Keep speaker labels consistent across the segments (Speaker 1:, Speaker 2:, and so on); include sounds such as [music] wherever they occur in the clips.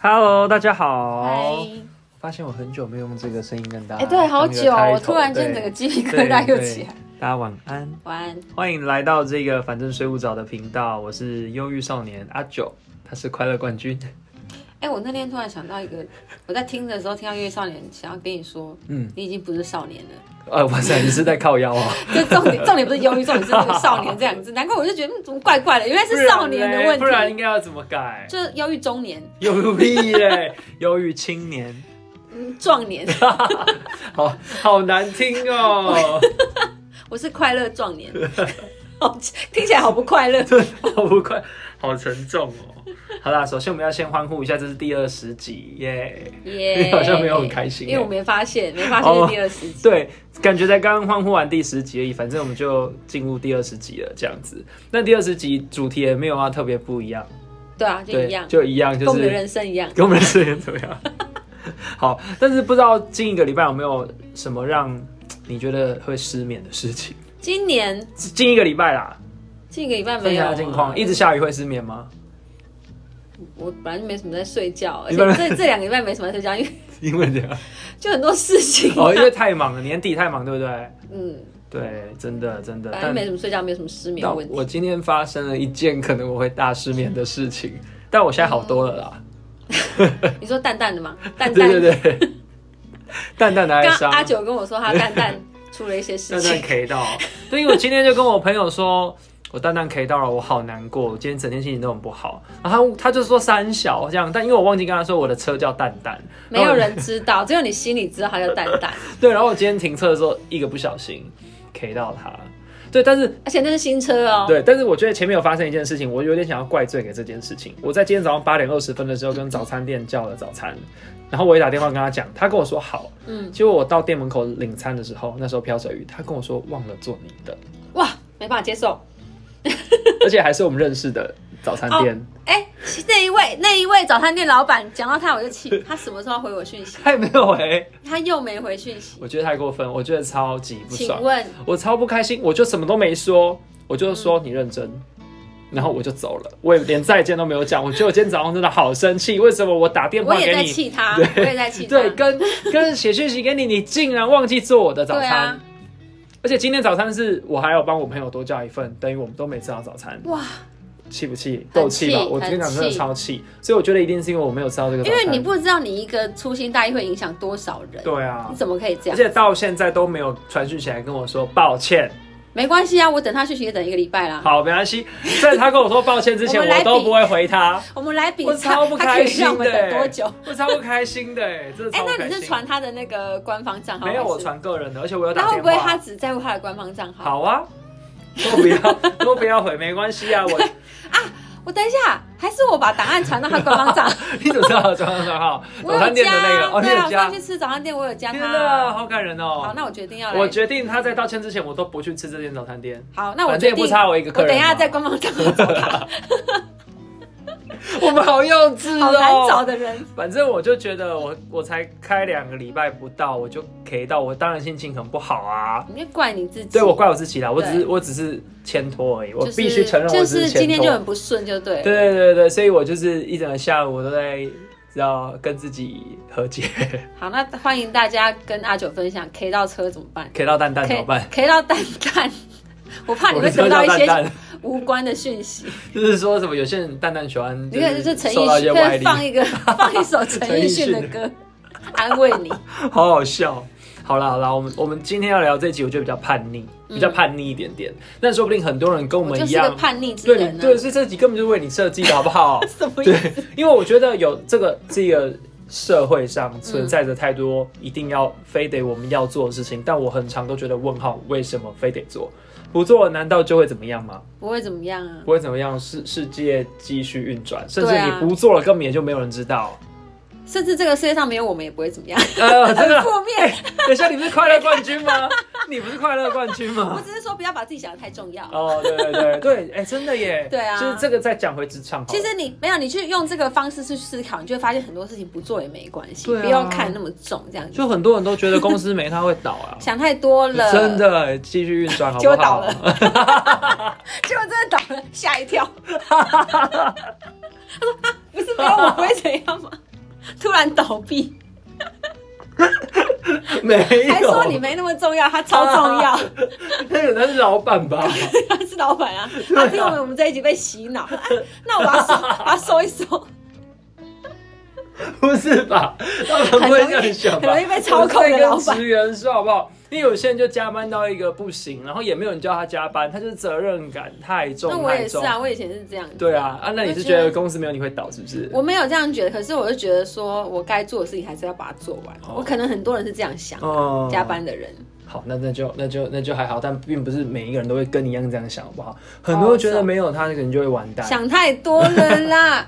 Speaker 1: Hello，大家好。
Speaker 2: 嗨，
Speaker 3: 发现我很久没有用这个声音跟大
Speaker 2: 哎、
Speaker 3: 家，
Speaker 1: 啊
Speaker 2: 对，好久哦，我突然间
Speaker 3: 这
Speaker 2: 整个鸡皮疙瘩又起来。
Speaker 1: 大家晚安，
Speaker 2: 晚安，
Speaker 1: 欢迎来到这个反正睡不着的频道，我是忧郁少年阿九，他是快乐冠军。 [laughs]
Speaker 2: 哎、我那天突然想到一个，我在听的时候听到《月少年》，想要跟你说，
Speaker 1: 嗯，
Speaker 2: 你已经不是少年了。 [laughs]
Speaker 1: 呃，哇塞，你是在靠腰啊？
Speaker 2: 就重点，重点不是忧郁，重点是那个少年这两个字。难怪我就觉得嗯怎么怪怪的，原来是少年的问
Speaker 1: 不然应
Speaker 2: 题，
Speaker 1: 该要怎么改？
Speaker 2: 就是忧郁中年、
Speaker 1: 忧郁屁耶，忧郁青年，
Speaker 3: [laughs]
Speaker 2: 嗯壮年， [laughs]
Speaker 1: 好好难听哦，
Speaker 2: 我是快乐壮年。 [laughs] 好听起来好不快
Speaker 1: [laughs]
Speaker 2: 乐。
Speaker 1: 好不快，好沉重哦。好啦，首先我们要先欢呼一下，这是第二十集耶。
Speaker 2: 耶、
Speaker 1: 你好像没有很开心欸哦
Speaker 2: 因为我没发现，没发现是第二十集。
Speaker 1: 对，感觉才刚刚欢呼完第十集而已，反正我们就进入第二十集了，这样子。那第二十集主题也没有啊，特别不一样，
Speaker 2: 对啊，就
Speaker 1: 对
Speaker 2: 一样，，
Speaker 1: 就一样，
Speaker 2: 跟
Speaker 1: 就
Speaker 2: 我们的
Speaker 1: 是
Speaker 2: 人生一样。
Speaker 1: 跟我们的时间怎么样？ [laughs] 好，但是不知道近一个礼拜有没有什么让你觉得会失眠的事情？
Speaker 2: 今年
Speaker 1: 近一个礼拜啦，
Speaker 2: 这个礼拜
Speaker 1: 分
Speaker 2: 没有、
Speaker 1: 享下
Speaker 2: 啊、
Speaker 1: 近况，一直下雨会失眠吗？
Speaker 2: 我本来就没什么在睡觉，而
Speaker 1: 你
Speaker 2: 且
Speaker 1: 本来 [laughs]
Speaker 2: 这这两个礼拜没什么在睡觉，因为 [laughs]
Speaker 1: 因为这样
Speaker 2: 就很多事情、
Speaker 1: 哦，因为太忙了，年底太忙，对不对？
Speaker 2: 嗯，
Speaker 1: 对，真的真的，但
Speaker 2: 反正没什么睡觉，没有什么失眠
Speaker 1: 那
Speaker 2: 问题。
Speaker 1: 我今天发生了一件可能我会大失眠的事情， [laughs] 但我现在好多了啦。
Speaker 2: 你说淡淡
Speaker 1: [laughs]
Speaker 2: 的吗？淡淡，
Speaker 1: 对对对， [laughs] 淡淡的哀
Speaker 2: 嗯刚
Speaker 1: 伤，
Speaker 2: 阿九跟我说他淡淡
Speaker 1: [laughs]
Speaker 2: 出了一些事
Speaker 1: 淡淡
Speaker 2: 情，
Speaker 1: K 到。对，因为我今天就跟我朋友说，我淡淡 K 到了，我好难过，我今天整天心情都很不好。然后他就说三小这样，但因为我忘记跟他说我的车叫淡淡，
Speaker 2: 没有人知道，只有你心里知道他叫淡
Speaker 1: [laughs]
Speaker 2: 淡，
Speaker 1: 对，然后我今天停车的时候一个不小心 K 到他。对，但是
Speaker 2: 而且那是新车哦。
Speaker 1: 对，但是我觉得前面有发生一件事情，我有点想要怪罪给这件事情。我在今天早上八点二十分的时候跟早餐店叫了早餐，然后我也打电话跟他讲，他跟我说好，
Speaker 2: 嗯，
Speaker 1: 结果我到店门口领餐的时候，那时候飘着雨，他跟我说忘了做你的，
Speaker 2: 哇，没办法接受。
Speaker 1: 而且还是我们认识的早餐店，
Speaker 2: 哎、那一位那一位早餐店老板讲到他我就
Speaker 1: [laughs]
Speaker 2: 气，他什么时候回我讯息？
Speaker 1: 太没有哎、
Speaker 2: 他又没回讯息，
Speaker 1: 我觉得太过分，我觉得超级不
Speaker 2: 请
Speaker 1: 爽，
Speaker 2: 问
Speaker 1: 我超不开心，我就什么都没说，我就说
Speaker 2: 嗯
Speaker 1: 你认真。然后我就走了，我也连再见都没有讲。我觉得我今天早上真的好生气，为什么我打电
Speaker 2: 我
Speaker 1: 话
Speaker 2: 也
Speaker 1: 给
Speaker 2: 在
Speaker 1: 你，
Speaker 2: 气他，
Speaker 1: 对
Speaker 2: 我也在气他。啊
Speaker 1: 对，跟跟写讯息给你，你竟然忘记做我的早
Speaker 2: 对
Speaker 1: 餐。
Speaker 2: 啊
Speaker 1: 而且今天早餐是我还要帮我朋友多叫一份，等于我们都没吃到早餐，
Speaker 2: 哇，
Speaker 1: 气不气？
Speaker 2: 很
Speaker 1: 够气吧
Speaker 2: 气！
Speaker 1: 我跟你讲，
Speaker 2: 很
Speaker 1: 真的
Speaker 2: 气
Speaker 1: 超气。所以我觉得一定是因为我没有吃到这个早
Speaker 2: 因
Speaker 1: 餐。
Speaker 2: 为你不知道你一个粗心大意会影响多少人，
Speaker 1: 对啊
Speaker 2: 你，怎么可以这
Speaker 1: 而
Speaker 2: 样？
Speaker 1: 且到现在都没有传讯起来跟我说抱歉。
Speaker 2: 没关系啊，我等他讯息也等一个礼拜啦。
Speaker 1: 好，没关系，在他跟我说抱歉之前，
Speaker 2: 我们来
Speaker 1: 我都
Speaker 2: 比
Speaker 1: 不会回他。
Speaker 2: 我们来比
Speaker 1: 我
Speaker 2: 他，
Speaker 1: 超不
Speaker 2: 他可
Speaker 1: 开
Speaker 2: 以
Speaker 1: 心
Speaker 2: 让我们
Speaker 1: 的、
Speaker 2: 等
Speaker 1: 欸，
Speaker 2: 多久？？
Speaker 1: 我超不开心的、欸，真的
Speaker 2: [laughs] 哎、
Speaker 1: 超不开心。
Speaker 2: 那你是传他的那个官方账号？
Speaker 1: 没有？我
Speaker 2: 还是。
Speaker 1: 传个人的，而且我有打
Speaker 2: 那
Speaker 1: 电话。
Speaker 2: 会不会他只在乎他的官方账号？，
Speaker 1: 好啊，都不要都不要回，没关系啊。我
Speaker 2: 我等一下，还是我把档案传到他官方账号？
Speaker 1: 你怎么知道我账号？[laughs]
Speaker 2: 我
Speaker 1: 早餐
Speaker 2: 有
Speaker 1: 店
Speaker 2: 加
Speaker 1: 的那个，
Speaker 2: 啊，
Speaker 1: 哦，你
Speaker 2: 对啊，
Speaker 1: 有
Speaker 2: 我
Speaker 1: 加
Speaker 2: 上去？吃早餐店，我有加
Speaker 1: 天
Speaker 2: 他。
Speaker 1: 哪，好感人
Speaker 2: 好，
Speaker 1: 哦！
Speaker 2: 那我决定要来。
Speaker 1: 我决定他在道歉之前，我都不去吃这间早餐店，
Speaker 2: 好，那我
Speaker 1: 反正
Speaker 2: 决
Speaker 1: 也不
Speaker 2: 定，
Speaker 1: 差我一个
Speaker 2: 我
Speaker 1: 客人嘛。
Speaker 2: 等一下在官方
Speaker 1: [laughs]
Speaker 2: 账号找他，
Speaker 1: 我们好幼稚
Speaker 2: 好难找
Speaker 1: 哦。
Speaker 2: 的人。
Speaker 1: 反正我就觉得我我才开两个礼拜不到，我就 K 到，我当然心情很不好啊。
Speaker 2: 你就怪你自己。
Speaker 1: 对我怪我自己啦，我只
Speaker 2: 对
Speaker 1: 是我只是牵拖而已，我
Speaker 2: 就是
Speaker 1: 必须承认我
Speaker 2: 就
Speaker 1: 只
Speaker 2: 是
Speaker 1: 牵拖。
Speaker 2: 今天就很不顺，就对了。
Speaker 1: 对对对对，所以我就是一整个下午我都在要跟自己和解 [laughs]
Speaker 2: 好，那欢迎大家跟阿九分享 K 到车怎么办
Speaker 1: ，K 到蛋蛋怎么
Speaker 2: ？K
Speaker 1: 办？
Speaker 2: K 到蛋蛋， [laughs] 我怕你
Speaker 1: 我
Speaker 2: 会
Speaker 1: 们
Speaker 2: 得到一
Speaker 1: 蛋
Speaker 2: 些
Speaker 1: 蛋，
Speaker 2: 无关的讯息。
Speaker 1: 就是说什么有些人蛋蛋喜欢，
Speaker 2: 你看，这陈
Speaker 1: 受到
Speaker 2: 奕
Speaker 1: 一些
Speaker 2: 迅
Speaker 1: 外
Speaker 2: 可以
Speaker 1: 力，
Speaker 2: 放一个 [laughs] 放一首陈奕迅的歌，安慰你。
Speaker 1: [laughs] 好好笑。好啦好啦，我们我们今天要聊这集，我觉得比较叛逆，比较叛逆一点点。但说不定很多人跟我
Speaker 2: 嗯我
Speaker 1: 们
Speaker 2: 就
Speaker 1: 一
Speaker 2: 是个
Speaker 1: 样，
Speaker 2: 叛逆之
Speaker 1: 对
Speaker 2: 人
Speaker 1: 你
Speaker 2: 啊！
Speaker 1: 对，所以这集根本就是为你设计的，好不
Speaker 2: [laughs]
Speaker 1: 好？
Speaker 2: 什么意
Speaker 1: 对
Speaker 2: 思？，
Speaker 1: 因为我觉得有这个这个社会上存在着太多一定要非得我们要做的事情，但我很常都觉得问号，为什么非得做？不做难道就会怎么样吗？
Speaker 2: 不会怎么样啊。
Speaker 1: 不会怎么样，世世界继续运转，甚至
Speaker 2: 对啊
Speaker 1: 你不做了，根本也就没有人知道。
Speaker 2: 甚至这个世界上没有我们也不会怎么样。
Speaker 1: 呃，真的， [laughs]
Speaker 2: 负面，
Speaker 1: 等一下你不是快乐冠军
Speaker 2: [laughs]
Speaker 1: 吗？你不是快乐冠军
Speaker 2: 我
Speaker 1: 吗？
Speaker 2: 只是说不要把自己想的太重要。
Speaker 1: 哦，对对对对，哎、真的耶。
Speaker 2: 对啊
Speaker 1: 就是这个再讲回职场好了，
Speaker 2: 其实你没有，你去用这个方式去思考，你就会发现很多事情不做也没关系，
Speaker 1: 对啊
Speaker 2: 不要看那么重，这样子，
Speaker 1: 就很多人都觉得公司没他会倒啊
Speaker 2: [laughs] 想太多了，
Speaker 1: 真的继续运转好不
Speaker 2: 结
Speaker 1: 好？
Speaker 2: 果倒了， [laughs] 结果真的倒了，吓一跳。他说啊，不是没有我不会怎样吗？突然倒 [laughs] 闭，
Speaker 1: [laughs] 没有，
Speaker 2: 还说你没那么重要，他超重 [laughs] 要，
Speaker 1: 那个他是老板
Speaker 2: [laughs]
Speaker 1: 吧？
Speaker 2: 他是老板啊，他听我们我们在一起被洗脑，哎那我把它 [laughs] 收，把它收一收，
Speaker 1: 不是吧？老板不会这样想吧？
Speaker 2: 很容易很容易被操控的老板
Speaker 1: 我是在跟职员说好不好？因为有些人就加班到一个不行，然后也没有人叫他加班，他就是责任感太重
Speaker 2: 那我
Speaker 1: 太
Speaker 2: 也是
Speaker 1: 重。
Speaker 2: 啊，我以前是这样子。
Speaker 1: 对啊，啊，那你是
Speaker 2: 我觉
Speaker 1: 觉
Speaker 2: 得
Speaker 1: 得公司没有你会倒是不是？
Speaker 2: 我没有这样觉得，可是我就觉得说，我该做的事情还是要把它做完。
Speaker 1: 哦
Speaker 2: 我可能很多人是这样想，
Speaker 1: 哦
Speaker 2: 加班的人，
Speaker 1: 好，那那就那就那就还好，但并不是每一个人都会跟你一样这样想，好不好？很多人觉
Speaker 2: 是
Speaker 1: 得
Speaker 2: 啊
Speaker 1: 没有他，可能就会完蛋。
Speaker 2: 想太多
Speaker 1: [laughs]
Speaker 2: 了啦。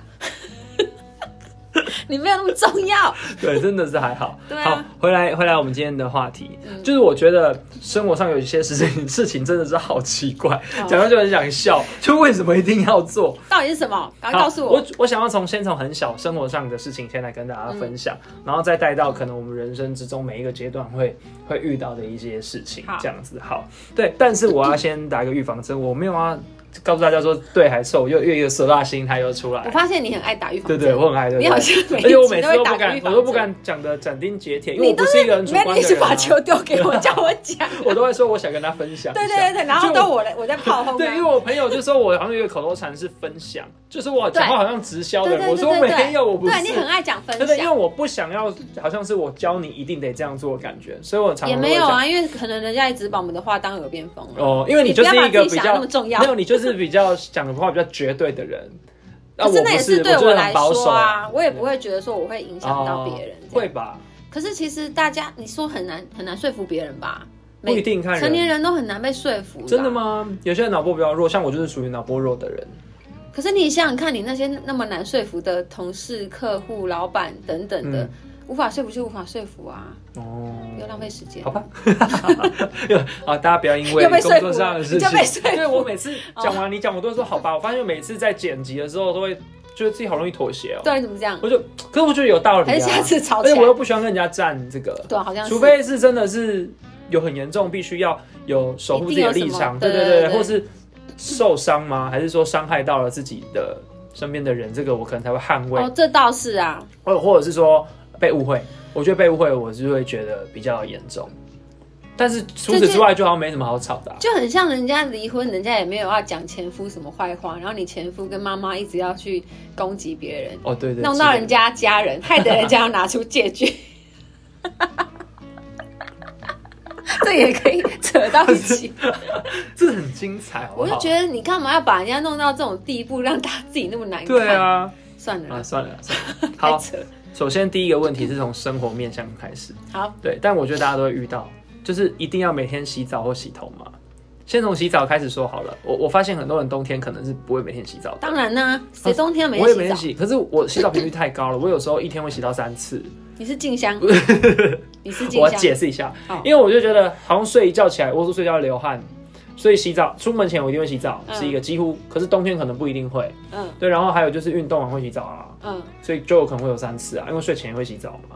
Speaker 2: 你没有那么重要，
Speaker 1: 对，真的是还好。
Speaker 2: 对啊嗯
Speaker 1: 好，回来回来，我们今天的话题、就是，我觉得生活上有一些事情事情真的是好奇怪，
Speaker 2: 好
Speaker 1: 讲到就很想笑，就为什么一定要做？
Speaker 2: 到底是什么？赶快
Speaker 1: 好
Speaker 2: 啊告诉
Speaker 1: 我
Speaker 2: 我。，
Speaker 1: 我想要从先从很小生活上的事情先来跟大
Speaker 2: 嗯
Speaker 1: 家分享，然后再带到可能我们人生之中每一个阶段会会遇到的一些事情
Speaker 2: 好，
Speaker 1: 这样子好。对，但是我要先打一个预防针，我没有要告诉大家说对还是错，我又又一个蛇辣心态又出来
Speaker 2: 我。发现你很爱打预防
Speaker 1: 对
Speaker 2: 针，
Speaker 1: 对，我很爱对
Speaker 2: 你
Speaker 1: 对
Speaker 2: 好像每一
Speaker 1: 而且我哎
Speaker 2: 集
Speaker 1: 每
Speaker 2: 都
Speaker 1: 次
Speaker 2: 会
Speaker 1: 都
Speaker 2: 打
Speaker 1: 不
Speaker 2: 预
Speaker 1: 敢，
Speaker 2: 防
Speaker 1: 我
Speaker 2: 针，
Speaker 1: 都不敢讲的斩钉截铁，因为
Speaker 2: 你
Speaker 1: 我
Speaker 2: 都
Speaker 1: 不
Speaker 2: 是
Speaker 1: 是一个很主
Speaker 2: 没
Speaker 1: 观
Speaker 2: 有
Speaker 1: 的
Speaker 2: 你一直
Speaker 1: 人、
Speaker 2: 把
Speaker 1: 啊。
Speaker 2: 球丢给我，叫我讲。
Speaker 1: [laughs] 我都会说我想跟他分享一
Speaker 2: 对
Speaker 1: 下。
Speaker 2: 对对对，然后
Speaker 1: 就
Speaker 2: 都我来，我在炮轰啊
Speaker 1: 对，因为
Speaker 2: 他。
Speaker 1: 我朋友就说我好像有一个口头禅是分享，就是我讲话好像直销的
Speaker 2: 对
Speaker 1: 人，
Speaker 2: 对
Speaker 1: 我
Speaker 2: 对
Speaker 1: 说
Speaker 2: 对对，
Speaker 1: 没有，我不是。
Speaker 2: 对你很爱讲分
Speaker 1: 对对，因为
Speaker 2: 享，
Speaker 1: 我不想要，好像是我教你一定得这样做的感觉，所以我常常
Speaker 2: 也
Speaker 1: 都会
Speaker 2: 没有
Speaker 1: 讲
Speaker 2: 啊，因为可能人家一直把我们的话当耳边风啊了。
Speaker 1: 哦，因为你就是一个比
Speaker 2: 你不要把自己想得
Speaker 1: 较
Speaker 2: 那么重要
Speaker 1: 没有，你就是比较讲的话比较绝对的人。那
Speaker 2: 可是
Speaker 1: 啊我
Speaker 2: 那也
Speaker 1: 不是，
Speaker 2: 对
Speaker 1: 我就
Speaker 2: 我
Speaker 1: 是
Speaker 2: 来
Speaker 1: 很保守
Speaker 2: 说啊，我也不会觉得说我会影响到别人
Speaker 1: 哦。
Speaker 2: 这
Speaker 1: 会
Speaker 2: 样。
Speaker 1: 吧？
Speaker 2: 可是其实大家，你说很难很难说服别人吧？
Speaker 1: 不一定看
Speaker 2: 每
Speaker 1: 人
Speaker 2: 成年人都很难被说服。
Speaker 1: 真的？吗？有些人脑波比较弱，像我就是属于脑波弱的人。
Speaker 2: 可是你想想看，你那些那么难说服的同事、客户、老板等等的，
Speaker 1: 嗯
Speaker 2: 无法说服就无法说服啊，
Speaker 1: 哦，
Speaker 2: 不
Speaker 1: [laughs]
Speaker 2: 要浪费时间。
Speaker 1: 好吧，啊，大家不要因为
Speaker 2: [laughs] 又被
Speaker 1: 工
Speaker 2: 说服
Speaker 1: 作
Speaker 2: 了
Speaker 1: 上的事情
Speaker 2: 你就被说，服
Speaker 1: 因为我每次讲完你讲，我都会说好吧。我发现每次在剪辑的时候，都会觉得自己好容易妥协哦。
Speaker 2: 对，你怎么这样？
Speaker 1: 我就，可是我觉得有道理
Speaker 2: 还是
Speaker 1: 啊
Speaker 2: 下。次吵
Speaker 1: 而
Speaker 2: 起
Speaker 1: 且
Speaker 2: 来
Speaker 1: 我又？不喜欢跟人家站这个，
Speaker 2: 对，啊好像是
Speaker 1: 除非是真的是有很严重，必须要有守护自己的立场，
Speaker 2: 一定有
Speaker 1: 对
Speaker 2: 什么对
Speaker 1: 对
Speaker 2: 对对
Speaker 1: 或是受伤吗？还是说伤害到了自己的身边的人，这个我可能才会捍卫
Speaker 2: 哦，，这倒是啊，
Speaker 1: 或、或者是说被误会，我觉得被误会我是会觉得比较严重。但是除此之外，就好像没什么好吵的啊、
Speaker 2: 就很像人家离婚，人家也没有要讲前夫什么坏话，然后你前夫跟妈妈一直要去攻击别人，
Speaker 1: 哦，对对
Speaker 2: 弄到人，家家人，害得人家要拿出借
Speaker 1: [laughs]
Speaker 2: 据。这也可以扯到
Speaker 1: [laughs]
Speaker 2: 一起，
Speaker 1: 是的这很精彩，好不
Speaker 2: 我就
Speaker 1: 好
Speaker 2: 觉得你干嘛要把人家弄到这种地步，让他自己那么难看？
Speaker 1: 对，啊，
Speaker 2: 算了
Speaker 1: 啊，
Speaker 2: 啦，
Speaker 1: 算了，算了
Speaker 2: 太 [laughs]
Speaker 1: 好。
Speaker 2: 扯。
Speaker 1: 首先第一个问题是从生活面向开始，
Speaker 2: 好，
Speaker 1: 对，但我觉得大家都会遇到，就是一定要每天洗澡或洗头嘛。先从洗澡开始说好了。我我发现很多人冬天可能是不会每天洗澡的，
Speaker 2: 当然啦、谁冬天没
Speaker 1: 我也没
Speaker 2: 洗澡？
Speaker 1: 洗，可是我洗澡频率太高了，我有时候一天会洗到三次。
Speaker 2: 你是
Speaker 1: [laughs]
Speaker 2: 静香，你是静
Speaker 1: 我要
Speaker 2: 香，
Speaker 1: 解释一下
Speaker 2: 好，
Speaker 1: 因为我就觉得好像睡一觉起来，我说睡觉流汗，所以洗澡出门前我一定会洗澡，
Speaker 2: 嗯
Speaker 1: 是一个几乎，可是冬天可能不一定会。
Speaker 2: 嗯
Speaker 1: 对，然后还有就是运动完会洗澡啊，
Speaker 2: 嗯，
Speaker 1: 所以就有可能会有三次啊，因为睡前也会洗澡嘛，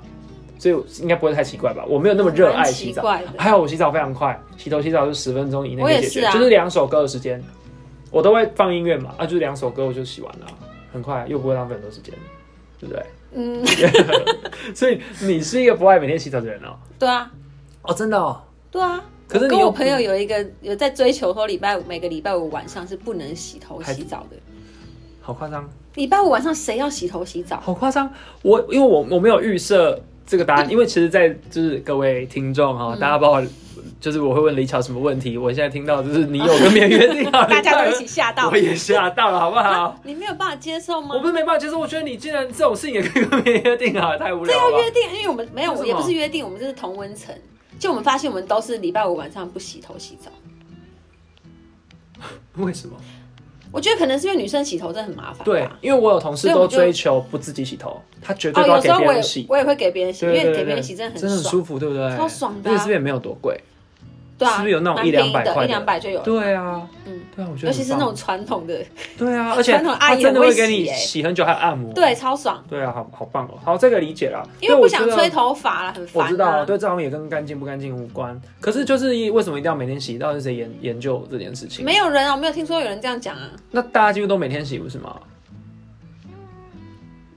Speaker 1: 所以应该不会太奇怪吧？我没有那么热爱
Speaker 2: 蛮
Speaker 1: 洗
Speaker 2: 奇
Speaker 1: 澡。
Speaker 2: 怪的。
Speaker 1: 还有我洗澡非常快，洗头洗澡就十分钟以内
Speaker 2: 我
Speaker 1: 可以
Speaker 2: 也
Speaker 1: 解决，
Speaker 2: 是啊
Speaker 1: 就是两首歌的时间，我都会放音乐嘛，啊，就是两首歌我就洗完了，很快又不会浪费很多时间，对不对？
Speaker 2: 嗯，
Speaker 1: 所以你是一个不爱每天洗澡的人哦、
Speaker 2: 对啊，
Speaker 1: 哦，真的哦，
Speaker 2: 对啊。
Speaker 1: 可是你
Speaker 2: 我跟
Speaker 1: 又
Speaker 2: 我朋友有一个有在追求说礼拜五每个礼拜五晚上是不能洗头洗澡的。
Speaker 1: 好夸张，
Speaker 2: 礼拜五晚上谁要洗头洗澡？
Speaker 1: 好夸张，我因为我我没有预设这个答
Speaker 2: 嗯
Speaker 1: 案，因为其实，在就是各位听众哈、大家帮我。就是我会问李巧什么问题，我现在听到就是你有跟别人约定好，
Speaker 2: [laughs] 大家都一起吓到
Speaker 1: 我，也吓到了，好不好？
Speaker 2: 你没有办法接受吗
Speaker 1: 我？不是没办法接受，我觉得你竟然这种事情也可以跟别人约定啊，太无
Speaker 2: 这
Speaker 1: 聊
Speaker 2: 要
Speaker 1: 了
Speaker 2: 约
Speaker 1: 吧。
Speaker 2: 定，因为我们没有，
Speaker 1: 为什么
Speaker 2: 也不是约定，我们这是同温层。就我们发现，我们都是礼拜五晚上不洗头洗澡。
Speaker 1: 为什么？
Speaker 2: 我觉得可能是因为女生洗头真的很麻烦吧。
Speaker 1: 对，因为我有同事
Speaker 2: 所以我
Speaker 1: 都
Speaker 2: 就
Speaker 1: 追求不自己洗头，他绝对
Speaker 2: 啊哦，
Speaker 1: 都要
Speaker 2: 有
Speaker 1: 给
Speaker 2: 时候
Speaker 1: 别
Speaker 2: 我也
Speaker 1: 人洗。
Speaker 2: 我也会给别人洗，因
Speaker 1: 对对
Speaker 2: 为
Speaker 1: 对
Speaker 2: 给别
Speaker 1: 对
Speaker 2: 人洗真的
Speaker 1: 真的很
Speaker 2: 很爽。
Speaker 1: 舒服，对不对？
Speaker 2: 超爽的啊
Speaker 1: 而且是不是也没有多贵？
Speaker 2: 对啊，
Speaker 1: 是不是有那种
Speaker 2: 蛮
Speaker 1: 一
Speaker 2: 便
Speaker 1: 两
Speaker 2: 宜
Speaker 1: 百
Speaker 2: 的
Speaker 1: 块的
Speaker 2: 一两百就有了。
Speaker 1: 对啊，
Speaker 2: 嗯
Speaker 1: 对啊，我觉得
Speaker 2: 尤其是那
Speaker 1: 很
Speaker 2: 种
Speaker 1: 棒
Speaker 2: 传统的，
Speaker 1: 对啊，而且
Speaker 2: 传统阿
Speaker 1: 他
Speaker 2: 姨很
Speaker 1: 真的
Speaker 2: 会
Speaker 1: 会给
Speaker 2: 洗
Speaker 1: 你
Speaker 2: 欸
Speaker 1: 洗很久，还有按摩。
Speaker 2: 对，超爽。
Speaker 1: 对啊，好好棒哦！好，这个理解了，
Speaker 2: 因为不想
Speaker 1: 我觉得
Speaker 2: 吹头发了，很烦、
Speaker 1: 我
Speaker 2: 啊。
Speaker 1: 知道，对，这好像也跟干净不干净无关。可是就是为什么一定要每天洗？到底是谁研研究这件事情？
Speaker 2: 没有人啊，我没有听说有人这样讲啊。
Speaker 1: 那大家几乎都每天洗，不是吗？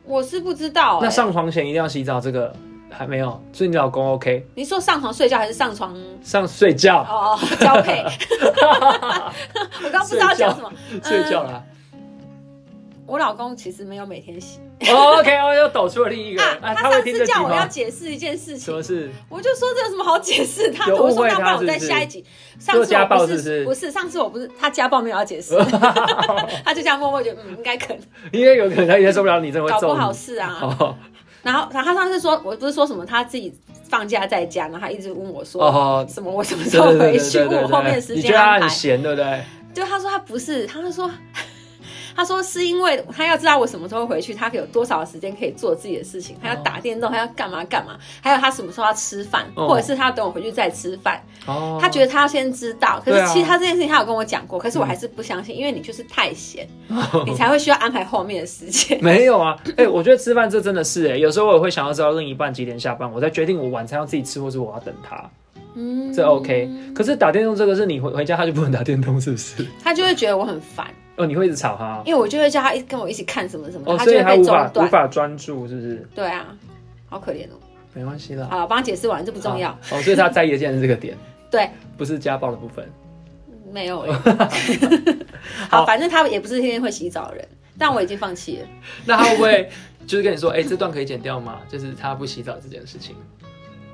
Speaker 2: 我是不知道、欸。
Speaker 1: 那上床前一定要洗澡，这个还没有，所以你老公 OK
Speaker 2: 你说上床睡觉还是上床？
Speaker 1: 上睡觉，
Speaker 2: 哦，哦
Speaker 1: [laughs]
Speaker 2: 交配。我刚不知道讲什么。
Speaker 1: 睡觉
Speaker 2: 嗯
Speaker 1: 啦。
Speaker 2: 我老公其实没有每天洗
Speaker 1: 哦 OK，哦又抖出了另一个人，
Speaker 2: 啊，
Speaker 1: 哎，
Speaker 2: 他
Speaker 1: 会
Speaker 2: 上
Speaker 1: 听
Speaker 2: 次
Speaker 1: 这集
Speaker 2: 叫我要
Speaker 1: 吗？
Speaker 2: 解释一件事
Speaker 1: 什
Speaker 2: 情
Speaker 1: 么，事？
Speaker 2: 我就说这有什么好解释他的？
Speaker 1: 有
Speaker 2: 我
Speaker 1: 误
Speaker 2: 说
Speaker 1: 会
Speaker 2: 那不然
Speaker 1: 他
Speaker 2: 我在
Speaker 1: 是不是
Speaker 2: 下一集。上
Speaker 1: 做
Speaker 2: 次
Speaker 1: 家
Speaker 2: 我
Speaker 1: 暴
Speaker 2: 不
Speaker 1: 是不是
Speaker 2: 不是，上次我不是他家暴没有
Speaker 1: [laughs]
Speaker 2: 要解释，他就这样默默觉得嗯应该可能，
Speaker 1: 因为有可能他也受不了你，真的
Speaker 2: 搞
Speaker 1: 会
Speaker 2: 不
Speaker 1: 揍
Speaker 2: 好
Speaker 1: 你。
Speaker 2: 是啊。
Speaker 1: 哦
Speaker 2: 然后，然后他上次说，我不是说什么他自己放假在家，然后他一直问我说、
Speaker 1: 哦，
Speaker 2: 什么我什么
Speaker 1: 对
Speaker 2: 时候
Speaker 1: 对对
Speaker 2: 回
Speaker 1: 对
Speaker 2: 去，
Speaker 1: 对
Speaker 2: 问
Speaker 1: 对
Speaker 2: 我后面的
Speaker 1: 对，
Speaker 2: 时
Speaker 1: 你觉得
Speaker 2: 间
Speaker 1: 他
Speaker 2: 安
Speaker 1: 很
Speaker 2: 排。
Speaker 1: 闲，对不对？
Speaker 2: 就他说他不是，他就说。 [laughs] 他说是因为他要知道我什么时候回去，他有多少时间可以做自己的事
Speaker 1: 哦
Speaker 2: 情，他要打电动，他要干嘛干嘛，还有他什么时候要吃饭，
Speaker 1: 哦
Speaker 2: 或者是他要等我回去再吃饭。
Speaker 1: 哦，
Speaker 2: 他觉得他要先知道，可
Speaker 1: 对
Speaker 2: 是
Speaker 1: 啊嗯
Speaker 2: 其实他这件事情他有跟我讲过，可是我还是不相信，因为你就是太闲，
Speaker 1: 哦
Speaker 2: 你才会需要安排后面的时间。
Speaker 1: 没有啊，哎、我觉得吃饭这真的是哎、有时候我也会想要知道另一半几点下班，我再决定我晚餐要自己吃，或是我要等他，[laughs]
Speaker 2: 嗯，
Speaker 1: 这 OK。可是打电动这个是你回回家他就不能打电动，是不是？
Speaker 2: 他就会觉得我很烦，
Speaker 1: 哦，你会一直吵他，
Speaker 2: 因为我就会叫他一跟我一起看什么什么，
Speaker 1: 哦，
Speaker 2: 他
Speaker 1: 所
Speaker 2: 就
Speaker 1: 以
Speaker 2: 会
Speaker 1: 他
Speaker 2: 被
Speaker 1: 无
Speaker 2: 中
Speaker 1: 法无
Speaker 2: 断。
Speaker 1: 法专注，是不是？
Speaker 2: 对啊，好可怜哦。
Speaker 1: 没关系啦，
Speaker 2: 好了，帮他解释完，这不重要。
Speaker 1: 好哦，所以他在意的竟然是这个点，
Speaker 2: [laughs] 对，
Speaker 1: 不是家暴的部分。[laughs]
Speaker 2: 没有欸。好，反正他也不是天天会洗澡的人，但我已经放弃了。
Speaker 1: 那他会不会 [laughs] 就是跟你说，哎、这段可以剪掉吗？就是他不洗澡这件事情。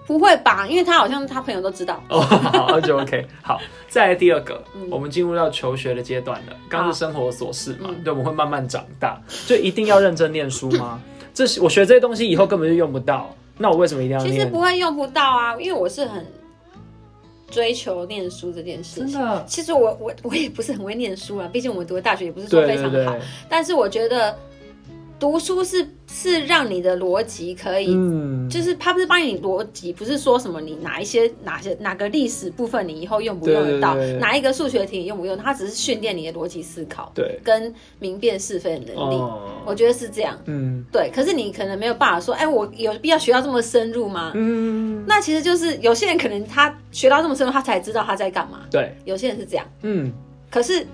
Speaker 2: 不会吧？因为他好像他朋友都知道。
Speaker 1: 哦，好，就 OK。好，再来第二个，
Speaker 2: 嗯
Speaker 1: 我们进入到求学的阶段了。刚刚是生活琐事嘛，
Speaker 2: 嗯
Speaker 1: 对，我们会慢慢长大，就一定要认真念书吗？ [laughs] 这是我学这些东西以后根本就用不到，那我为什么一定要
Speaker 2: 其实
Speaker 1: 念
Speaker 2: 不？会用不到啊，因为我是很追求念书这件事
Speaker 1: 真
Speaker 2: 情。
Speaker 1: 的，
Speaker 2: 其实我我我也不是很会念书啊，毕竟我们读的大学也不是说
Speaker 1: 对
Speaker 2: 非常
Speaker 1: 对
Speaker 2: 好。
Speaker 1: 对，
Speaker 2: 但是我觉得读书是是让你的逻辑可以
Speaker 1: 嗯，
Speaker 2: 就是他不是帮你逻辑，不是说什么你哪一些哪些哪个历史部分你以后用不用得到，
Speaker 1: 对对对对
Speaker 2: 哪一个数学题你用不用，他只是训练你的逻辑思考
Speaker 1: 对，
Speaker 2: 跟明辨是非的能力。
Speaker 1: 哦，
Speaker 2: 我觉得是这样，
Speaker 1: 嗯
Speaker 2: 对。可是你可能没有办法说，哎、我有必要学到这么深入吗？
Speaker 1: 嗯，
Speaker 2: 那其实就是有些人可能他学到这么深入，他才知道他在干嘛。
Speaker 1: 对，
Speaker 2: 有些人是这样，
Speaker 1: 嗯，
Speaker 2: 可是。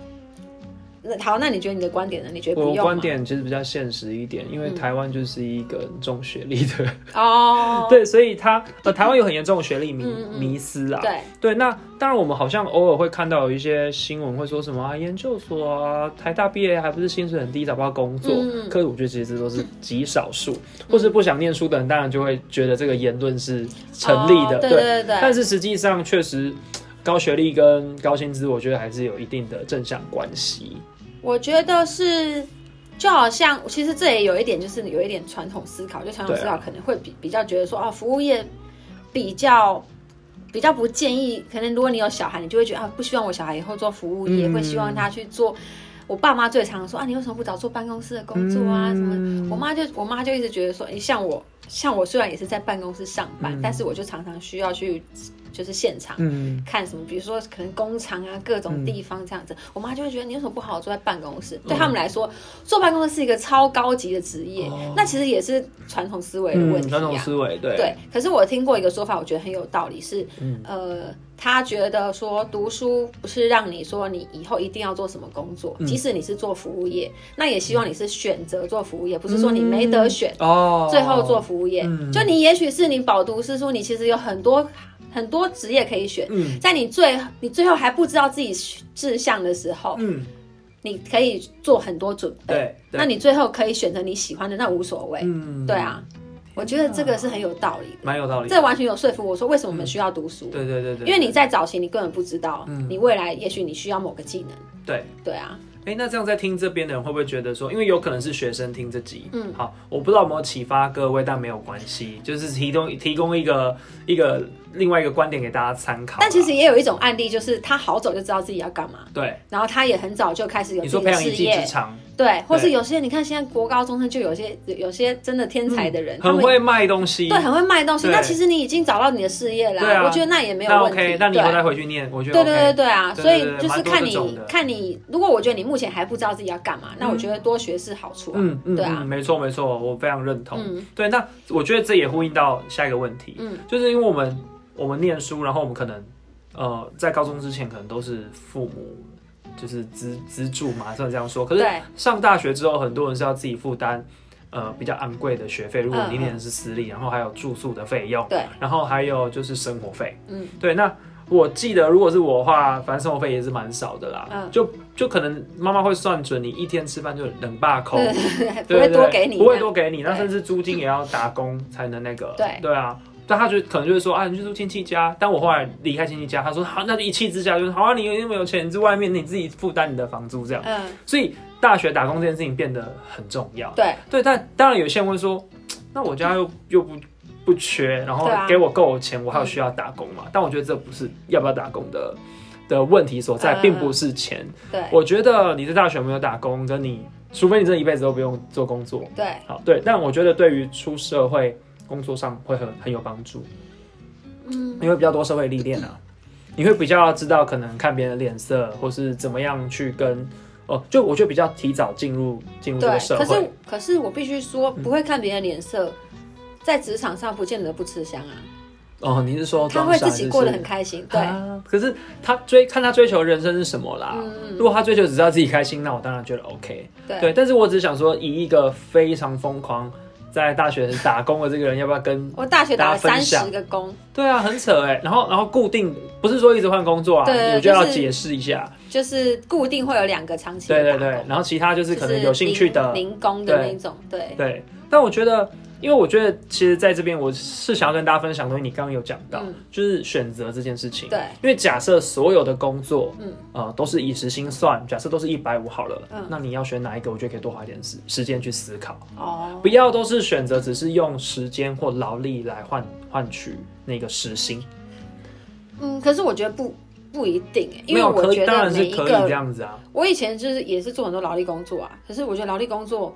Speaker 2: 那好，那你觉得你的观点呢？你觉得不
Speaker 1: 我
Speaker 2: 用吗
Speaker 1: 观点其实比较现实一点，因为
Speaker 2: 嗯
Speaker 1: 台湾就是一个重学历的，
Speaker 2: 哦，
Speaker 1: 对，所以他
Speaker 2: [laughs]
Speaker 1: 呃，台湾有很严重的学历迷
Speaker 2: 嗯嗯嗯
Speaker 1: 迷思啦，
Speaker 2: 对，
Speaker 1: 对，那当然，我们好像偶尔会看到有一些新闻会说什么啊，研究所啊，台大毕业还不是薪水很低，找不到工作。
Speaker 2: 嗯
Speaker 1: 可是我觉得其实这都是极少数，或是不想念书的人，当然就会觉得这个言论是成立的。
Speaker 2: 哦对对对对。
Speaker 1: 但是实际上确实，高学历跟高薪资，我觉得还是有一定的正向关系。
Speaker 2: 我觉得是，就好像其实这也有一点，就是有一点传统思考，就传统思考可能会比比较觉得说，哦，服务业比较比较不建议，可能如果你有小孩，你就会觉得啊，不希望我小孩以后做服务业，
Speaker 1: 嗯
Speaker 2: 会希望他去做。我爸妈最常说啊，你为什么不早做办公室的工作啊？
Speaker 1: 嗯
Speaker 2: 什么？我妈就我妈就一直觉得说，诶，像我像我虽然也是在办公室上班，
Speaker 1: 嗯
Speaker 2: 但是我就常常需要去就是现场。
Speaker 1: 嗯，
Speaker 2: 看什么，比如说可能工厂啊，各种地方这样子，我妈就会觉得你有什么不好好坐在办公
Speaker 1: 嗯
Speaker 2: 室？对他们来说，坐办公室是一个超高级的职业，
Speaker 1: 哦
Speaker 2: 那其实也是传统思维的问
Speaker 1: 嗯，
Speaker 2: 题、啊。
Speaker 1: 传统思维，对，
Speaker 2: 对，可是我听过一个说法，我觉得很有道理，是，
Speaker 1: 嗯
Speaker 2: 呃，他觉得说读书不是让你说你以后一定要做什么工作，
Speaker 1: 嗯
Speaker 2: 即使你是做服务业，那也希望你是选择做服务业，不是说你没得选，
Speaker 1: 嗯哦，
Speaker 2: 最后做服务业。
Speaker 1: 嗯
Speaker 2: 就你也许是你饱读诗书，你其实有很多很多职业可以选。
Speaker 1: 嗯
Speaker 2: 在你最你最后还不知道自己志向的时候，
Speaker 1: 嗯，
Speaker 2: 你可以做很多准备。
Speaker 1: 对，对
Speaker 2: 那你最后可以选择你喜欢的，那无所谓。
Speaker 1: 嗯
Speaker 2: 对，啊，我觉得这个是很有道理的，
Speaker 1: 蛮有道理的。
Speaker 2: 这完全有说服我说为什么我们需要读书。
Speaker 1: 对嗯对对对，
Speaker 2: 因为你在早期，你根本不知道，
Speaker 1: 嗯
Speaker 2: 你未来也许你需要某个技能，
Speaker 1: 对。
Speaker 2: 对啊，
Speaker 1: 哎、那这样在听这边的人会不会觉得说，因为有可能是学生听这集，
Speaker 2: 嗯
Speaker 1: 好，我不知道有没有启发各位，但没有关系，就是提供提供一个一个另外一个观点给大家参考啦。
Speaker 2: 但其实也有一种案例，就是他好早就知道自己要干嘛，
Speaker 1: 对
Speaker 2: 然后他也很早就开始有
Speaker 1: 你
Speaker 2: 自
Speaker 1: 说
Speaker 2: 己
Speaker 1: 培
Speaker 2: 的
Speaker 1: 养
Speaker 2: 事
Speaker 1: 一技
Speaker 2: 业，
Speaker 1: 之长，
Speaker 2: 对，或是
Speaker 1: 对
Speaker 2: 有些你看现在国高中生就有些有些真的天才的人，他
Speaker 1: 很
Speaker 2: 们
Speaker 1: 会卖东西，
Speaker 2: 对，很会卖东西。
Speaker 1: 对
Speaker 2: 那其实你已经找到你的事业啦，
Speaker 1: 对啊
Speaker 2: 我觉得那也没有
Speaker 1: 那
Speaker 2: 问题。
Speaker 1: OK，那你以后再回去念，我觉得
Speaker 2: 对对
Speaker 1: OK。
Speaker 2: 对对对啊，
Speaker 1: 对
Speaker 2: 所以
Speaker 1: 对对
Speaker 2: 就
Speaker 1: 蛮
Speaker 2: 是
Speaker 1: 多
Speaker 2: 看
Speaker 1: 这种
Speaker 2: 你
Speaker 1: 的
Speaker 2: 看你，如果我觉得你目前还不知道自己要干嘛，那我觉得多学是好处啊。
Speaker 1: 嗯嗯，
Speaker 2: 对啊
Speaker 1: 嗯，没错没错，我非常认同。
Speaker 2: 嗯
Speaker 1: 对，那我觉得这也呼应到下一个问题，
Speaker 2: 嗯
Speaker 1: 就是因为我们我们念书，然后我们可能呃在高中之前可能都是父母就是资资助嘛，算这样说。可是
Speaker 2: 对
Speaker 1: 上大学之后，很多人是要自己负担呃比较昂贵的学费，如果
Speaker 2: 嗯
Speaker 1: 你念的是私立，然后还有住宿的费用，
Speaker 2: 对，
Speaker 1: 然后还有就是生活费，
Speaker 2: 嗯，
Speaker 1: 对，那。我记得，如果是我的话，反正生活费也是蛮少的啦，
Speaker 2: 嗯
Speaker 1: 就就可能妈妈会算准你一天吃饭就冷霸口， [laughs]
Speaker 2: 不会多给你，
Speaker 1: 不会多给你，那
Speaker 2: 对
Speaker 1: 甚至租金也要打工才能那个，
Speaker 2: 对
Speaker 1: 对啊。但他就可能就会说啊，你去住亲戚家。但我后来离开亲戚家，他说好，那就一气之下就是好啊，你有没有钱，你住外面，你自己负担你的房租这样。
Speaker 2: 嗯，
Speaker 1: 所以大学打工这件事情变得很重要。
Speaker 2: 对，
Speaker 1: 对，但当然有些人会说，那我家又又不不缺，然后
Speaker 2: 对啊嗯
Speaker 1: 给我够钱，我还有需要打工嘛？但我觉得这不是要不要打工的的问题所在，
Speaker 2: 嗯
Speaker 1: 并不是钱。
Speaker 2: 对，
Speaker 1: 我觉得你在大学有没有打工，跟你除非你这一辈子都不用做工作，
Speaker 2: 对，
Speaker 1: 好对，但我觉得对于出社会工作上会很很有帮助，
Speaker 2: 嗯，
Speaker 1: 你会比较多社会历练啊，你会比较知道可能看别人的脸色，或是怎么样去跟哦，就我觉得比较提早进入进入这
Speaker 2: 对
Speaker 1: 个。社
Speaker 2: 可
Speaker 1: 会嗯
Speaker 2: 是，可是我必须说，不会看别人脸色，在职场上不见得不吃香啊，
Speaker 1: 哦，你是说
Speaker 2: 他
Speaker 1: 装
Speaker 2: 会
Speaker 1: 傻
Speaker 2: 自己
Speaker 1: 就
Speaker 2: 过得
Speaker 1: 是
Speaker 2: 很开心，对，
Speaker 1: 啊可是他追看他追求的人生是什么啦。
Speaker 2: 嗯，
Speaker 1: 如果他追求只是要自己开心，那我当然觉得 OK。
Speaker 2: 对，
Speaker 1: 对，但是我只是想说，以一个非常疯狂在大学打工的这个人，要不要跟？
Speaker 2: 我大学打了
Speaker 1: 大家
Speaker 2: 三
Speaker 1: 分
Speaker 2: 十
Speaker 1: 享
Speaker 2: 个工，
Speaker 1: 对啊，很扯哎、然后，然后固定不是说一直换工作啊，
Speaker 2: 对
Speaker 1: 我觉得要
Speaker 2: 就是
Speaker 1: 解释一下。
Speaker 2: 就是固定会有两个长期
Speaker 1: 对
Speaker 2: 的打
Speaker 1: 对
Speaker 2: 工，
Speaker 1: 对，然后其他就是可能有兴趣的，
Speaker 2: 零零工的
Speaker 1: 对
Speaker 2: 那种，对，
Speaker 1: 对。但我觉得，因为我觉得其实在这边我是想要跟大家分享的东西，你刚刚有讲到，
Speaker 2: 嗯
Speaker 1: 就是选择这件事情。
Speaker 2: 对
Speaker 1: 因为假设所有的工作，
Speaker 2: 嗯
Speaker 1: 嗯，呃，都是以时薪算，假设都是一百五好了，
Speaker 2: 嗯
Speaker 1: 那你要选哪一个？我觉得可以多花一点时时间去思考，
Speaker 2: 哦，
Speaker 1: 不要都是选择只是用时间或劳力来换换取那个时薪。
Speaker 2: 嗯，可是我觉得不不一定欸，
Speaker 1: 没
Speaker 2: 因为
Speaker 1: 有
Speaker 2: 我
Speaker 1: 可
Speaker 2: 觉
Speaker 1: 当
Speaker 2: 得
Speaker 1: 然是
Speaker 2: 每一
Speaker 1: 可以这
Speaker 2: 个，
Speaker 1: 样子啊，
Speaker 2: 我以前就是也是做很多劳力工作啊，可是我觉得劳力工作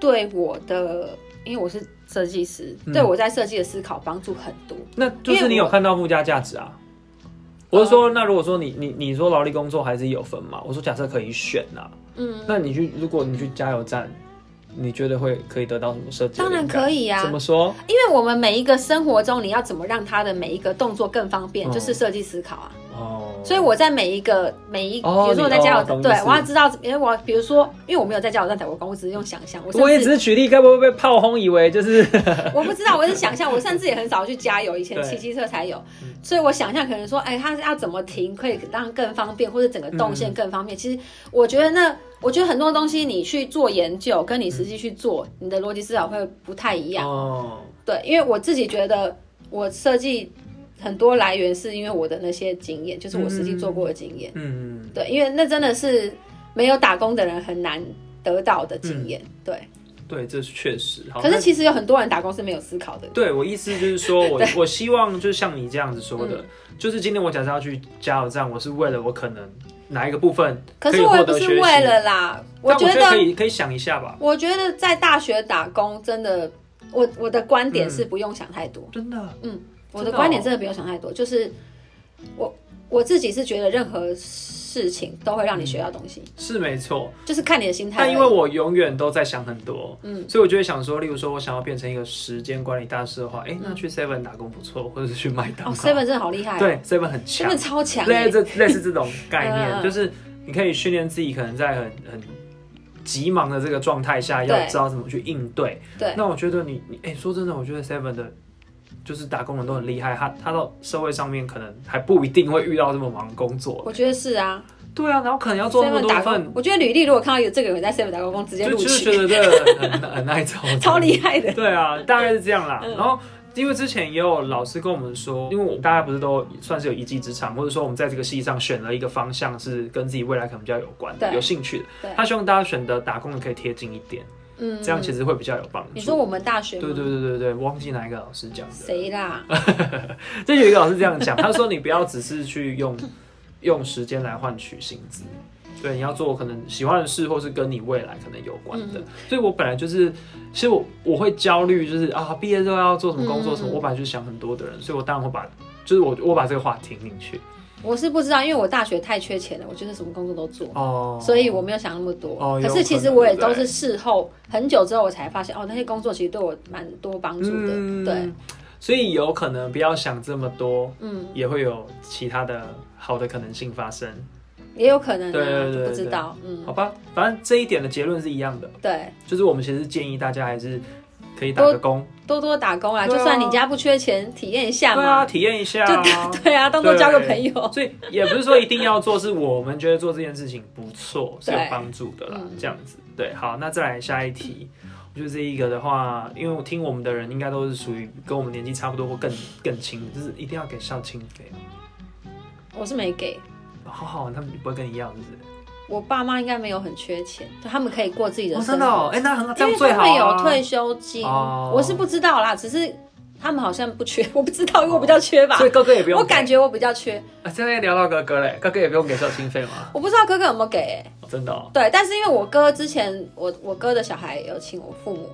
Speaker 2: 对我的，因为我是设计师，
Speaker 1: 嗯
Speaker 2: 对我在设计的思考帮助很多。
Speaker 1: 那就是你有看到附加价值
Speaker 2: 呃
Speaker 1: 啊。我是说，那如果说你你你说劳力工作还是有分嘛？我说假设可以选啊，
Speaker 2: 嗯，
Speaker 1: 那你去如果你去加油站，你觉得会可以得到什么设计？
Speaker 2: 当然可以啊
Speaker 1: 怎么说？
Speaker 2: 因为我们每一个生活中，你要怎么让他的每一个动作更方便，
Speaker 1: 嗯
Speaker 2: 就是设计思考啊。
Speaker 1: 哦，
Speaker 2: 所以我在每一个每一，比
Speaker 1: 哦
Speaker 2: 如说我在
Speaker 1: 你
Speaker 2: 加油
Speaker 1: 哦懂
Speaker 2: 站，
Speaker 1: 意
Speaker 2: 对
Speaker 1: 思
Speaker 2: 我要知道，因为我比如说，因为我没有在加油站打过工，我只是用想象，我甚
Speaker 1: 我也只
Speaker 2: 至
Speaker 1: 是举例，该不会被炮轰以为就是 [laughs]
Speaker 2: 我不知道，我是想象，我甚至也很少去加油，以前
Speaker 1: 对
Speaker 2: 骑机车才有
Speaker 1: 嗯，
Speaker 2: 所以我想象可能说，哎，他要怎么停可以让更方便，或者整个
Speaker 1: 嗯
Speaker 2: 动线更方便。其实我觉得那，我觉得很多东西你去做研究，跟你实际去
Speaker 1: 嗯
Speaker 2: 做，你的逻辑思考会不太一样。
Speaker 1: 哦，
Speaker 2: 对，因为我自己觉得我设计很多来源是因为我的那些经验，就是我实际做过的经验。
Speaker 1: 嗯，
Speaker 2: 对，因为那真的是没有打工的人很难得到的经验。对，
Speaker 1: 对，这是确实。嗯好
Speaker 2: 可是
Speaker 1: 那
Speaker 2: 其实有很多人打工是没有思考的。
Speaker 1: 对我意思就是
Speaker 2: [laughs]
Speaker 1: 说，我我希望就是像你这样子说的，
Speaker 2: 嗯
Speaker 1: 就是今天我假设要去加油站，我是为了我可能哪一个部分
Speaker 2: 可是
Speaker 1: 以
Speaker 2: 我
Speaker 1: 获
Speaker 2: 也不
Speaker 1: 得
Speaker 2: 是
Speaker 1: 学习，
Speaker 2: 为了啦，我
Speaker 1: 但
Speaker 2: 觉
Speaker 1: 得可
Speaker 2: 得，
Speaker 1: 以可以想一下吧，
Speaker 2: 我觉得在大学打工真的，我我的观点
Speaker 1: 嗯
Speaker 2: 是不用想太多。
Speaker 1: 真的，啊
Speaker 2: 我的
Speaker 1: 真的哦
Speaker 2: 观点真的不用想太多，就是我我自己是觉得任何事情都会让你学到东西，
Speaker 1: 是没错。
Speaker 2: 就是看你的心
Speaker 1: 嗯
Speaker 2: 态而
Speaker 1: 但
Speaker 2: 已。
Speaker 1: 因为我永远都在想很多，
Speaker 2: 嗯
Speaker 1: 所以我就会想说，例如说我想要变成一个时间管理大师的话，哎、那去 Seven 打工不错，或者是去麦当
Speaker 2: 嗯哦
Speaker 1: 劳。
Speaker 2: ，Seven 真的好厉害、
Speaker 1: 对 Seven 很强
Speaker 2: ，Seven，超强、
Speaker 1: 类
Speaker 2: 欸。
Speaker 1: 似类似这种概
Speaker 2: 嗯嗯
Speaker 1: 念，
Speaker 2: 嗯
Speaker 1: 就是你可以训练自己，可能在很很急忙的这个状态下，
Speaker 2: 对
Speaker 1: 要知道怎么去应对。
Speaker 2: 对
Speaker 1: 那我觉得你你哎、说真的，我觉得 Seven 的。就是打工人都很厉害，他他到社会上面可能还不一定会遇到这么忙的工作，
Speaker 2: 我觉得是啊
Speaker 1: 对啊，然后可能要做那么
Speaker 2: ，Seven
Speaker 1: 多
Speaker 2: 打
Speaker 1: 份
Speaker 2: 工，，我觉得履历如果看到有这个人在 Seven 打工，直接
Speaker 1: 就
Speaker 2: 录
Speaker 1: 就是
Speaker 2: 取，
Speaker 1: 觉得这个很 [laughs] 很耐操，
Speaker 2: [laughs] 超厉害的。
Speaker 1: 对啊，大概是这样啦。
Speaker 2: 嗯
Speaker 1: 然后。因为之前也有老师跟我们说，因为我大家不是都算是有一技之长，或者说我们在这个系上选了一个方向是跟自己未来可能比较有关的、
Speaker 2: 对
Speaker 1: 有兴趣的
Speaker 2: 对。
Speaker 1: 他希望大家选的打工的可以贴近一点，
Speaker 2: 嗯，
Speaker 1: 这样其实会比较有帮助。
Speaker 2: 你说我们大学
Speaker 1: 对
Speaker 2: 吗
Speaker 1: 对对对对，忘记哪一个老师讲的。
Speaker 2: 谁啦？
Speaker 1: [laughs] 这有一个老师这样讲，他说你不要只是去用 [laughs] 用时间来换取薪资，对，你要做可能喜欢的事，或是跟你未来可能有关
Speaker 2: 嗯
Speaker 1: 的。所以我本来就是，其实我我会焦虑，就是啊，毕业之后要做什么工作什么，
Speaker 2: 嗯嗯嗯
Speaker 1: 我本来就想很多的人，所以我当然会把，就是我我把这个话听进去
Speaker 2: 我是不知道，因为我大学太缺钱了，我就是什么工作都做，
Speaker 1: 哦，
Speaker 2: 所以我没有想那么多。
Speaker 1: 哦
Speaker 2: 可
Speaker 1: 有
Speaker 2: 是其
Speaker 1: 可
Speaker 2: 实
Speaker 1: 能
Speaker 2: 我也
Speaker 1: 对不
Speaker 2: 都
Speaker 1: 对
Speaker 2: 是事后很久之后我才发现，哦，那些工作其实对我蛮多帮助的。对，，
Speaker 1: 嗯所以有可能不要想这么多，
Speaker 2: 嗯，
Speaker 1: 也会有其他的好的可能性发生。
Speaker 2: 也有可能、啊，
Speaker 1: 对对对
Speaker 2: 不知道，嗯，
Speaker 1: 好吧，反正这一点的结论是一样的，
Speaker 2: 对，
Speaker 1: 就是我们其实建议大家还是可以打个工，
Speaker 2: 多多打工啦，
Speaker 1: 对啊
Speaker 2: 就算你家不缺钱，体验一下
Speaker 1: 对啊，
Speaker 2: 嘛，
Speaker 1: 体验一下、啊
Speaker 2: 就，对啊，当做交个朋友，
Speaker 1: [laughs] 所以也不是说一定要做，是我们觉得做这件事情不错，是有
Speaker 2: 对
Speaker 1: 帮助的啦
Speaker 2: 嗯。
Speaker 1: 这样子，对，好，那再来下一题。我觉得这一个的话，因为我听我们的人应该都是属于跟我们年纪差不多或更更轻的，就是一定要给校庆费。
Speaker 2: 我是没给。
Speaker 1: 好好，他们不会跟你一样，是不是？
Speaker 2: 我爸妈应该没有很缺钱，就他们可以过自己的
Speaker 1: 哦，
Speaker 2: 生
Speaker 1: 真
Speaker 2: 活。
Speaker 1: 的、哦，哎、那很好，这样
Speaker 2: 因为
Speaker 1: 最
Speaker 2: 他
Speaker 1: 好、
Speaker 2: 们
Speaker 1: 啊。
Speaker 2: 有退休金，
Speaker 1: 哦
Speaker 2: 我是不知道啦，只是他们好像不缺， [laughs] 我不知道，因为我比较缺吧
Speaker 1: 所。以哥哥也不用
Speaker 2: 我
Speaker 1: 给。
Speaker 2: 感觉我比较缺，
Speaker 1: 啊，现在聊到哥哥嘞，哥哥也不用给校庆费吗？
Speaker 2: 我不知道哥哥有没有给、欸
Speaker 1: 哦真的哦。
Speaker 2: 对，但是因为我哥之前，我我哥的小孩有请我父母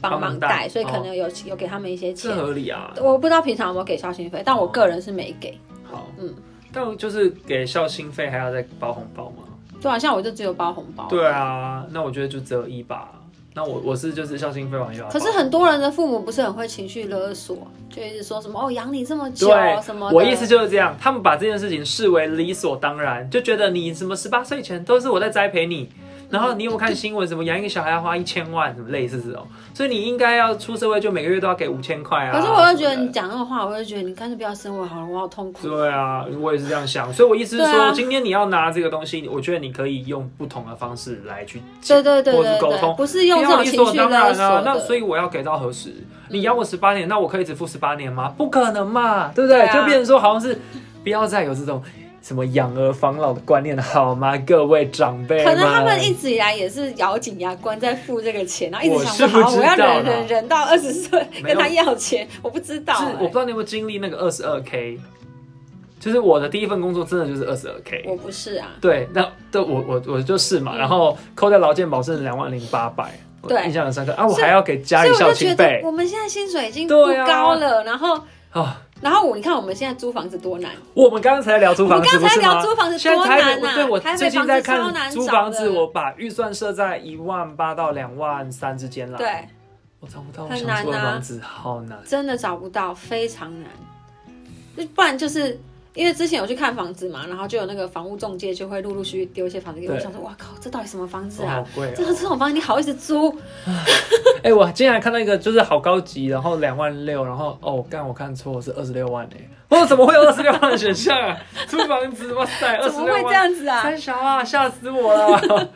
Speaker 2: 帮
Speaker 1: 帮忙
Speaker 2: 忙
Speaker 1: 带
Speaker 2: 带，所以可
Speaker 1: 哦
Speaker 2: 能有、有给他们一些
Speaker 1: 这
Speaker 2: 钱。
Speaker 1: 合理啊，
Speaker 2: 我不知道平常有没有给孝心费，但我个人是没给。
Speaker 1: 好，
Speaker 2: 嗯
Speaker 1: 嗯，但就是给校庆费还要再包红包吗？
Speaker 2: 对啊，像我就只有包红包。
Speaker 1: 对啊，那我觉得就只有一把。那我我是就是孝心费完又要包。
Speaker 2: 嗯可是很多人的父母不是很会情绪勒索，就一直说什么哦养你这么久
Speaker 1: 对
Speaker 2: 什么的。
Speaker 1: 我意思就是这样，他们把这件事情视为理所当然，就觉得你什么十八岁前都是我在栽培你。
Speaker 2: 嗯
Speaker 1: 然后你有没有看新闻？什么养一个小孩要花一千万，什么类似这种，所以你应该要出社会就每个月都要给五千块啊。
Speaker 2: 可是我又觉
Speaker 1: 什
Speaker 2: 得
Speaker 1: 么的
Speaker 2: 你讲那种话，我就觉得你干脆不要生我好了，我好痛苦。
Speaker 1: 对啊，我也是这样想，所以我意思是说，
Speaker 2: 对啊
Speaker 1: 今天你要拿这个东西，我觉得你可以用不同的方式来去
Speaker 2: 对对对
Speaker 1: 或者
Speaker 2: 对
Speaker 1: 沟
Speaker 2: 对，
Speaker 1: 通
Speaker 2: 不是用这
Speaker 1: 不要
Speaker 2: 种
Speaker 1: 理
Speaker 2: 情
Speaker 1: 所
Speaker 2: 绪
Speaker 1: 当
Speaker 2: 勒
Speaker 1: 然
Speaker 2: 索
Speaker 1: 啊
Speaker 2: 的。。
Speaker 1: 那所以我要给到何时？你养我十八年，那我可以只付十八年吗？不可能嘛，对不对？
Speaker 2: 对啊
Speaker 1: 就变成说好像是不要再有这种什么养儿防老的观念了，好吗？各位长辈
Speaker 2: 可能他们
Speaker 1: 们
Speaker 2: 一直以来也是咬紧牙关在付这个钱，然后一直
Speaker 1: 我
Speaker 2: 想
Speaker 1: 是
Speaker 2: 说
Speaker 1: 不
Speaker 2: 好，
Speaker 1: 知
Speaker 2: 我要
Speaker 1: 道啦
Speaker 2: 忍忍忍到二十岁
Speaker 1: 没有
Speaker 2: 跟他要钱，我不知道、
Speaker 1: 是我不
Speaker 2: 欸
Speaker 1: 知道你有没有经历那个二十二 k，就是我的第一份工作真的就是二十二 k。
Speaker 2: 我不是啊，
Speaker 1: 对，那对我我我就是嘛，
Speaker 2: 嗯
Speaker 1: 然后扣掉劳健保是两万零八百，我
Speaker 2: 对
Speaker 1: 印象很深刻啊，我
Speaker 2: 所以
Speaker 1: 还要给家
Speaker 2: 所以
Speaker 1: 里
Speaker 2: 我
Speaker 1: 孝
Speaker 2: 就觉
Speaker 1: 亲
Speaker 2: 得
Speaker 1: 费
Speaker 2: 我们现在薪水已经不
Speaker 1: 对啊
Speaker 2: 高了，然后
Speaker 1: 啊。
Speaker 2: 然后我你看我们现在租房子多难，
Speaker 1: 我们刚刚才聊租房子，
Speaker 2: 我们刚才
Speaker 1: 不是吗
Speaker 2: 聊租房子
Speaker 1: 现在
Speaker 2: 多
Speaker 1: 台
Speaker 2: 难
Speaker 1: 北，
Speaker 2: 啊
Speaker 1: 对我
Speaker 2: 台北
Speaker 1: 最近在看
Speaker 2: 房子超难
Speaker 1: 租
Speaker 2: 找
Speaker 1: 房子，
Speaker 2: 的
Speaker 1: 我把预算设在一万八到两万三之间啦。，
Speaker 2: 对，
Speaker 1: 我找不到我
Speaker 2: 很
Speaker 1: 想租的
Speaker 2: 难啊
Speaker 1: 房子，好难。
Speaker 2: 真的找不到，非常难。就不然就是因为之前有去看房子嘛，然后就有那个房屋中介就会陆陆续续丢一些房子给我，
Speaker 1: 对
Speaker 2: 我想说哇靠，这到底什么房子
Speaker 1: 哦
Speaker 2: 啊
Speaker 1: 好？贵
Speaker 2: 这
Speaker 1: 哦！
Speaker 2: 这种房子你好意思租？
Speaker 1: 哎、我竟然看到一个就是好高级，然后两万六，然后哦，干我看错，是二十六万哎、我怎么会有二十六万的选项
Speaker 2: [laughs]
Speaker 1: 啊？租房子，哇塞，二
Speaker 2: 怎
Speaker 1: 十
Speaker 2: 么
Speaker 1: 六
Speaker 2: 会
Speaker 1: 万，
Speaker 2: 这样子啊？
Speaker 1: 三小啊，吓死我
Speaker 2: [laughs]
Speaker 1: 了！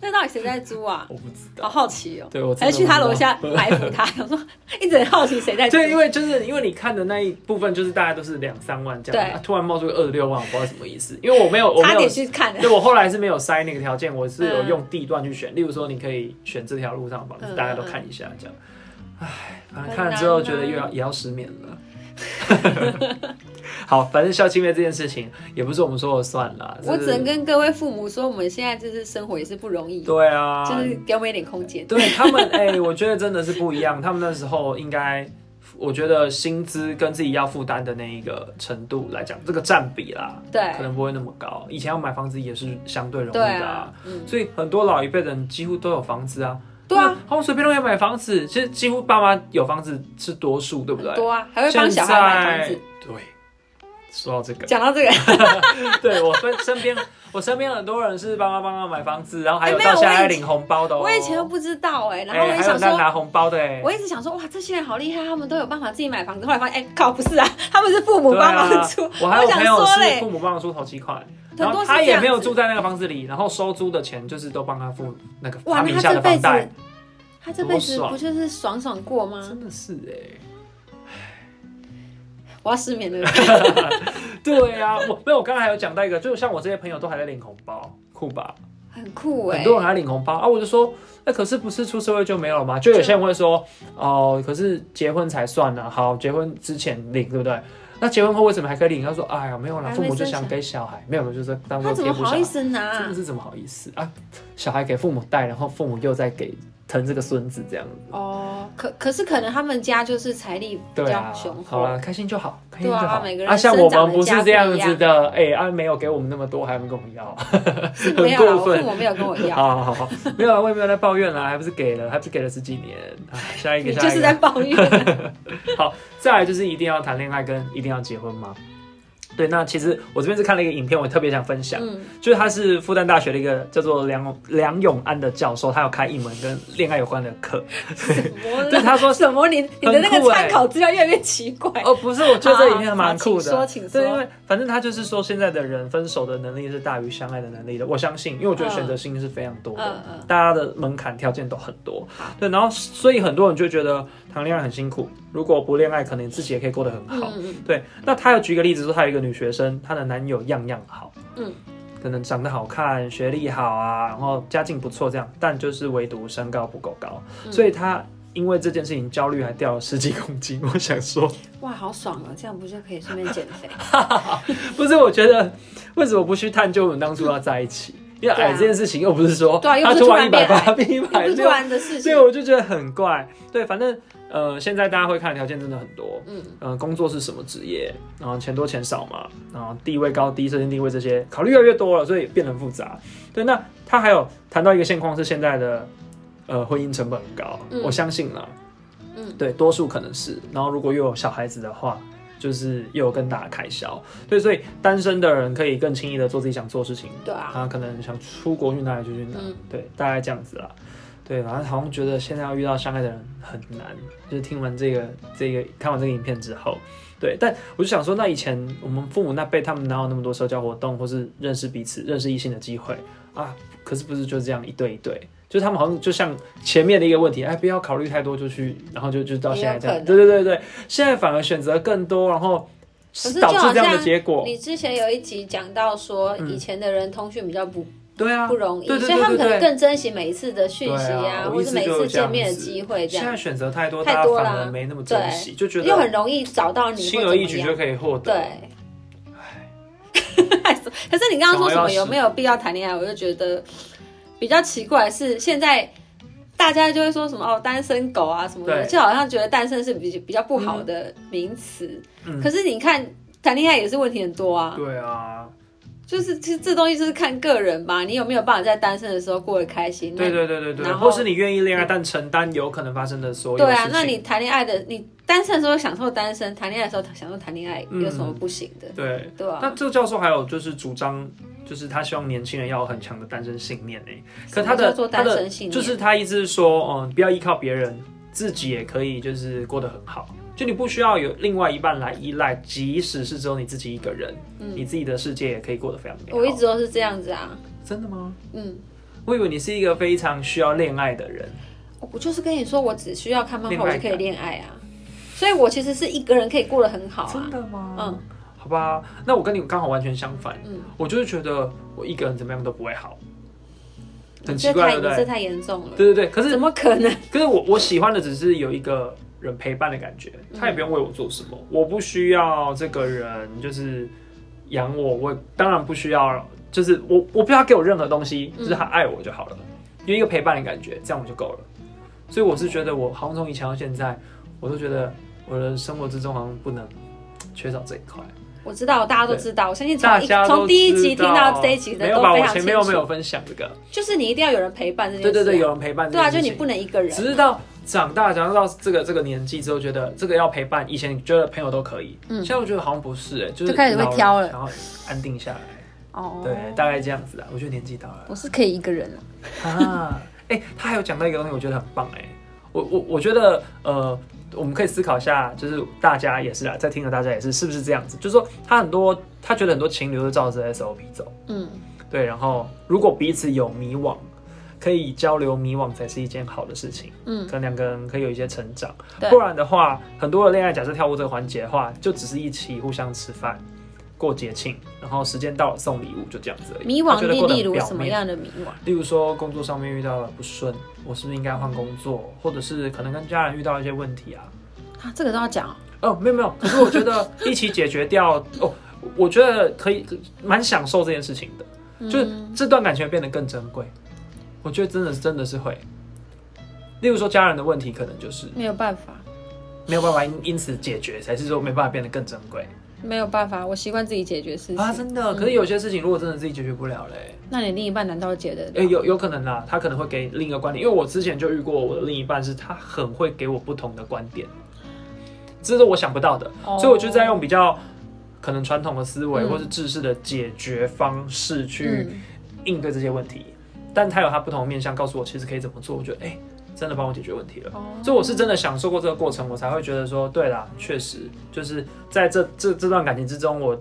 Speaker 2: 那到底谁在租啊？
Speaker 1: 我不知道，
Speaker 2: 好好奇哦。
Speaker 1: 对我真的
Speaker 2: 还是去他
Speaker 1: 不知道 [laughs]
Speaker 2: 楼下埋伏他， [laughs] 想说一直很好奇谁在租。
Speaker 1: 对，因为就是因为你看的那一部分，就是大概都是两三万这样
Speaker 2: 对
Speaker 1: 啊，突然冒出二十六万，我不知道什么意思，因为我没有，我没
Speaker 2: 差
Speaker 1: 有
Speaker 2: 点。去看了
Speaker 1: 对，。我后来是没有筛那个条件，我是有
Speaker 2: 嗯
Speaker 1: 用地段去选，例如说你可以选这条路上的房子，
Speaker 2: 嗯
Speaker 1: 大家都
Speaker 2: 嗯
Speaker 1: 看一下这样。唉，反正
Speaker 2: 很
Speaker 1: 看了之后
Speaker 2: 难
Speaker 1: 觉得
Speaker 2: [laughs]
Speaker 1: 又要
Speaker 2: 啊
Speaker 1: 也要失眠了。 [laughs] 好，反正校庆月这件事情也不是我们说了算啦，
Speaker 2: 我
Speaker 1: 就是
Speaker 2: 只能跟各位父母说，我们现在就是生活也是不容易，就
Speaker 1: 对啊，
Speaker 2: 是给我们一点空间。
Speaker 1: [laughs] 对他们，哎、我觉得真的是不一样。他们那时候应该，我觉得薪资跟自己要负担的那一个程度来讲，这个占比啦，
Speaker 2: 对
Speaker 1: 可能不会那么高。以前要买房子也是相对容易
Speaker 2: 对
Speaker 1: 的、
Speaker 2: 啊
Speaker 1: 啊，，
Speaker 2: 嗯，
Speaker 1: 所以很多老一辈的人几乎都有房子啊。
Speaker 2: 对啊，
Speaker 1: 他们随便都可以买房子，其实几乎爸妈有房子是多数，对不对
Speaker 2: 很？多啊，还会帮小孩买房
Speaker 1: 现
Speaker 2: 子
Speaker 1: 在。对，说到这个，
Speaker 2: 讲到这个，
Speaker 1: 对我身身边我身边很多人是爸妈帮他买房子，然后还有
Speaker 2: 哎没有
Speaker 1: 到现在
Speaker 2: 我以
Speaker 1: 还
Speaker 2: 前
Speaker 1: 领红包的哦。
Speaker 2: 我以前都不知道哎，然后
Speaker 1: 哎
Speaker 2: 我也
Speaker 1: 还有
Speaker 2: 想
Speaker 1: 在
Speaker 2: 说。
Speaker 1: 拿红包的哎。
Speaker 2: 我一直想说，哇，这些人好厉害，他们都有办法自己买房子。后来发现，哎、靠，不是啊，他们是父母
Speaker 1: 对
Speaker 2: 帮忙
Speaker 1: 啊
Speaker 2: 出。
Speaker 1: 我还有
Speaker 2: 想
Speaker 1: 朋友
Speaker 2: 说
Speaker 1: 是
Speaker 2: 嘞
Speaker 1: 父，母帮我出头期款，
Speaker 2: 多
Speaker 1: 然后
Speaker 2: 是
Speaker 1: 他
Speaker 2: 这
Speaker 1: 也
Speaker 2: 样
Speaker 1: 没有
Speaker 2: 子
Speaker 1: 住在那个房子里，然后收租的钱就是都帮他付那个
Speaker 2: 哇，
Speaker 1: 他名
Speaker 2: 那
Speaker 1: 下
Speaker 2: 他
Speaker 1: 的
Speaker 2: 这辈
Speaker 1: 房
Speaker 2: 子
Speaker 1: 贷，，
Speaker 2: 他这
Speaker 1: 多
Speaker 2: 辈子
Speaker 1: 爽
Speaker 2: 不就是爽爽过吗？
Speaker 1: 真的是哎、
Speaker 2: [laughs] 我要失眠了。
Speaker 1: 对啊，我没有，我刚才还有讲到一个，就像我这些朋友都还在领红包，酷吧？
Speaker 2: [laughs] 很酷哎、
Speaker 1: 很多人还在领红包啊，我就说，那、可是不是出社会就没有了吗？就有些人会说，哦、可是结婚才算呢、好，结婚之前领，对不对？那结婚后为什么还可以领？他说：“哎呀，没有啦，
Speaker 2: 还没
Speaker 1: 父母就
Speaker 2: 生
Speaker 1: 想
Speaker 2: 小
Speaker 1: 给小孩，没有，没有就是当做
Speaker 2: 他怎
Speaker 1: 贴
Speaker 2: 么
Speaker 1: 补小
Speaker 2: 好
Speaker 1: 孩
Speaker 2: 意。”思拿、
Speaker 1: 真的是怎么好意思啊？小孩给父母带，然后父母又在给疼这个孙子，这样子。
Speaker 2: 哦，可可是可能他们家就是财力比
Speaker 1: 对
Speaker 2: 较
Speaker 1: 啊
Speaker 2: 雄，厚，
Speaker 1: 好啦，开心就好，开心就
Speaker 2: 对啊
Speaker 1: 好。
Speaker 2: 每个人
Speaker 1: 像我们不
Speaker 2: 生长
Speaker 1: 是
Speaker 2: 的
Speaker 1: 这样
Speaker 2: 家不
Speaker 1: 子
Speaker 2: 一样
Speaker 1: 的，哎，啊，没有给我们那么多，还没跟我们要。
Speaker 2: 是没有啦，
Speaker 1: 很
Speaker 2: 我
Speaker 1: 过分
Speaker 2: 父母没有跟我 [laughs] 要，
Speaker 1: 好好好好，没有啊，我也没有在抱怨啦，还不是给了，还不是给了十几年。啊下一
Speaker 2: 你
Speaker 1: 个，
Speaker 2: 就
Speaker 1: 下
Speaker 2: 是
Speaker 1: 一
Speaker 2: 在
Speaker 1: 个。 [laughs]
Speaker 2: 抱怨。 [laughs]
Speaker 1: 好，再来就是一定要谈恋爱跟一定要结婚吗？对，那其实我这边是看了一个影片，我特别想分享， [laughs]
Speaker 2: 嗯
Speaker 1: 就是他是复旦大学的一个叫做梁永梁永安的教授，他有开一门跟恋爱有关的课。对，他说
Speaker 2: 什么？你你的那
Speaker 1: 很
Speaker 2: 个
Speaker 1: 酷欸
Speaker 2: 参考资料越来越奇怪。
Speaker 1: 哦，不是，我觉得这里面还蛮酷的。
Speaker 2: 啊好好请说请说
Speaker 1: 对，因为反正他就是说，现在的人分手的能力是大于相爱的能力的。我相信，因为我觉得选择性是非常多的，
Speaker 2: 嗯嗯嗯
Speaker 1: 大家的门槛条件都很多
Speaker 2: 好。
Speaker 1: 对，然后所以很多人就觉得谈恋爱很辛苦，如果不恋爱，可能自己也可以过得很好。
Speaker 2: 嗯
Speaker 1: 对，那他有举一个例子说，他有一个女学生，她的男友样样好，
Speaker 2: 嗯，
Speaker 1: 可能长得好看、学历好啊，然后家境不错这样，但就是唯独身高不够高，
Speaker 2: 嗯
Speaker 1: 所以她因为这件事情焦虑还掉了十几公斤。我想说，
Speaker 2: 哇，好爽啊！这样不就可以顺便减
Speaker 1: [laughs]
Speaker 2: 肥？
Speaker 1: 不是，我觉得为什么不去探究我们当初要在一起？因为
Speaker 2: 对啊
Speaker 1: 矮这件事情又不是说
Speaker 2: 对啊又
Speaker 1: 他
Speaker 2: 不是
Speaker 1: 突然一
Speaker 2: 突
Speaker 1: 百
Speaker 2: 然变
Speaker 1: 八
Speaker 2: 矮
Speaker 1: 变一
Speaker 2: 又
Speaker 1: 百
Speaker 2: [laughs] 不
Speaker 1: 哎
Speaker 2: 是突
Speaker 1: 六，
Speaker 2: 然的事
Speaker 1: 所以
Speaker 2: 情。
Speaker 1: 我就觉得很怪。对，反正呃，现在大家会看的条件真的很多，
Speaker 2: 嗯，
Speaker 1: 呃，工作是什么职业，然后钱多钱少嘛，然后地位高低、社经地位这些考虑越来越多了，所以变得很复杂。对，那他还有谈到一个现况是现在的呃婚姻成本很高，
Speaker 2: 嗯
Speaker 1: 我相信啦，
Speaker 2: 嗯
Speaker 1: 对，多数可能是。然后如果又有小孩子的话，就是又有更大的开销。对，所以单身的人可以更轻易的做自己想做的事情，
Speaker 2: 对啊，
Speaker 1: 他可能想出国去哪里就去哪，
Speaker 2: 嗯
Speaker 1: 对，大概这样子啦。对，反正好像觉得现在要遇到相爱的人很难，就是听完这个这个看完这个影片之后，对，但我就想说，那以前我们父母那辈他们哪有那么多社交活动或是认识彼此、认识异性的机会啊？可是不是就这样一对一对？就是他们好像就像前面的一个问题，哎，不要考虑太多就去，然后就就到现在这样，
Speaker 2: 也有可
Speaker 1: 对对对对，现在反而选择更多，然后
Speaker 2: 可是
Speaker 1: 导
Speaker 2: 就
Speaker 1: 致
Speaker 2: 好
Speaker 1: 这样的
Speaker 2: 像
Speaker 1: 结果，
Speaker 2: 你之前有一集讲到说，
Speaker 1: 嗯
Speaker 2: 以前的人通讯比较不
Speaker 1: 对啊
Speaker 2: 不，容易，
Speaker 1: 对对对
Speaker 2: 所以他们可
Speaker 1: 对
Speaker 2: 能
Speaker 1: 对
Speaker 2: 更珍惜每一次的讯息
Speaker 1: 对啊我
Speaker 2: 或是每一
Speaker 1: 一直就
Speaker 2: 次
Speaker 1: 有这样
Speaker 2: 见面的机会，这
Speaker 1: 现
Speaker 2: 样
Speaker 1: 在选择太多，
Speaker 2: 太
Speaker 1: 大家
Speaker 2: 多
Speaker 1: 反
Speaker 2: 啦
Speaker 1: 而没那么珍惜，就觉
Speaker 2: 又很
Speaker 1: 得
Speaker 2: 容易找到你，
Speaker 1: 轻而易举就可以获得。 [laughs]
Speaker 2: 对。 [laughs] 可是你刚刚说什么有没有必要谈恋爱？我就觉得比较奇怪的是，现在大家就会说什么哦单身狗啊什么的，
Speaker 1: 对
Speaker 2: 就好像觉得单身是比比较不好的名词。
Speaker 1: 嗯
Speaker 2: 可是你看谈恋爱也是问题很多啊，
Speaker 1: 对啊，
Speaker 2: 就是其实这东西就是看个人吧，你有没有办法在单身的时候过得开心？那
Speaker 1: 对对对对对，
Speaker 2: 然后
Speaker 1: 或是你愿意恋爱，但承担有可能发生的所有
Speaker 2: 对
Speaker 1: 事情。
Speaker 2: 啊，那你谈恋爱的，你单身的时候享受单身，谈恋爱的时候享受谈恋爱，
Speaker 1: 嗯
Speaker 2: 有什么不行的？
Speaker 1: 对。
Speaker 2: 对啊，
Speaker 1: 那这个教授还有就是主张，就是他希望年轻人要有很强的单身信念诶、可他
Speaker 2: 什么
Speaker 1: 的
Speaker 2: 叫做
Speaker 1: 他
Speaker 2: 单
Speaker 1: 的
Speaker 2: 身信念
Speaker 1: 就是他意思是说，嗯，不要依靠别人，自己也可以就是过得很好，就你不需要有另外一半来依赖，即使是只有你自己一个人，
Speaker 2: 嗯
Speaker 1: 你自己的世界也可以过得非常美好。
Speaker 2: 我一直都是这样子啊，
Speaker 1: 真的吗？
Speaker 2: 嗯，
Speaker 1: 我以为你是一个非常需要恋爱的人，
Speaker 2: 哦我就是跟你说，我只需要看漫
Speaker 1: 恋
Speaker 2: 画
Speaker 1: 爱
Speaker 2: 我
Speaker 1: 感
Speaker 2: 就可以恋爱啊，所以我其实是一个人可以过得很好
Speaker 1: 真
Speaker 2: 啊，
Speaker 1: 的吗？
Speaker 2: 嗯，
Speaker 1: 好吧，那我跟你刚好完全相反，
Speaker 2: 嗯，
Speaker 1: 我就是觉得我一个人怎么样都不会好，很
Speaker 2: 你
Speaker 1: 奇
Speaker 2: 这
Speaker 1: 怪，对
Speaker 2: 太你
Speaker 1: 不
Speaker 2: 这
Speaker 1: 对？
Speaker 2: 太严重了，
Speaker 1: 对对对，可是
Speaker 2: 怎么可能？
Speaker 1: 可是我我喜欢的只是有一个人陪伴的感觉，
Speaker 2: 嗯
Speaker 1: 他也不用为我做什么，我不需要这个人就是养我，我当然不需要，就是我我不要给我任何东西，
Speaker 2: 嗯
Speaker 1: 就是他爱我就好了，有一个陪伴的感觉，这样我就够了。所以我是觉得我好像从以前到现在，我都觉得我的生活之中好像不能缺少这一块。
Speaker 2: 我知道，大家都知道，我相信 [laughs] 从
Speaker 1: 大
Speaker 2: 一
Speaker 1: 家都
Speaker 2: 从第一集
Speaker 1: 知
Speaker 2: 听
Speaker 1: 道
Speaker 2: 到这一集的
Speaker 1: 没有
Speaker 2: 都
Speaker 1: 吧？
Speaker 2: 非
Speaker 1: 我
Speaker 2: 常
Speaker 1: 前
Speaker 2: 清
Speaker 1: 面又没
Speaker 2: 楚，
Speaker 1: 有分享这个，
Speaker 2: 就是你一定要有人陪伴这件事
Speaker 1: 对
Speaker 2: 啊，
Speaker 1: 对对，有人陪伴这
Speaker 2: 对
Speaker 1: 件
Speaker 2: 啊，
Speaker 1: 事
Speaker 2: 就
Speaker 1: 情。
Speaker 2: 你不能一个人
Speaker 1: 只，是到长大，长到这个这个年纪之后，觉得这个要陪伴。以前觉得朋友都可以，
Speaker 2: 嗯
Speaker 1: 现在我觉得好像不是、哎，就是
Speaker 2: 就开始会
Speaker 1: 老
Speaker 2: 挑了
Speaker 1: 然后安定下来，
Speaker 2: 哦
Speaker 1: 对，大概这样子啊。我觉得年纪到了
Speaker 2: 我是可以一个人啊，
Speaker 1: 啊，哎、他还有讲到一个东西，我觉得很棒、哎，我我我觉得呃，我们可以思考一下，就是大家也是啊，在听的大家也是，是不是这样子？就是说他很多，他觉得很多情侣都照着 SOP 走，
Speaker 2: 嗯。
Speaker 1: 对，然后如果彼此有迷惘，可以交流迷惘才是一件好的事情。
Speaker 2: 嗯
Speaker 1: 可能两个人可以有一些成长
Speaker 2: 对。
Speaker 1: 不然的话，很多的恋爱假设跳过这个环节的话，就只是一起互相吃饭、过节庆，然后时间到了送礼物，就这样子而已。
Speaker 2: 迷惘
Speaker 1: 他觉得
Speaker 2: 例
Speaker 1: 过得
Speaker 2: 例
Speaker 1: 很
Speaker 2: 如
Speaker 1: 表
Speaker 2: 什么
Speaker 1: 面？
Speaker 2: 样的迷惘？
Speaker 1: 例如说工作上面遇到了不顺，我是不是应该换工作，或者是可能跟家人遇到一些问题啊？
Speaker 2: 啊，这个都要讲哦、
Speaker 1: 哦，没有没有，可是我觉得一起解决掉哦，我觉得可以蛮享受这件事情的。就是
Speaker 2: 嗯
Speaker 1: 这段感情变得更珍贵。我觉得真的真的是会，例如说家人的问题，可能就是
Speaker 2: 没有办法，
Speaker 1: 没有办法因因此解决，才是说没办法变得更珍贵
Speaker 2: 没有办法，我习惯自己解决事情。
Speaker 1: 啊！真
Speaker 2: 嗯
Speaker 1: 的，可是有些事情如果真的自己解决不了嘞，
Speaker 2: 那你另一半难道解得
Speaker 1: 诶、哎有有可能啦，他可能会给另一个观点，因为我之前就遇过我的另一半，是他很会给我不同的观点，这是我想不到的，
Speaker 2: 哦
Speaker 1: 所以我就在用比较可能传统的思维
Speaker 2: 嗯
Speaker 1: 或是制式的解决方式去
Speaker 2: 嗯，
Speaker 1: 应对这些问题，但它有它不同的面向，告诉我其实可以怎么做。我觉得哎、真的帮我解决问题了。
Speaker 2: 哦
Speaker 1: 所以我是真的享受过这个过程，我才会觉得说，对啦，确实就是在这这这段感情之中，我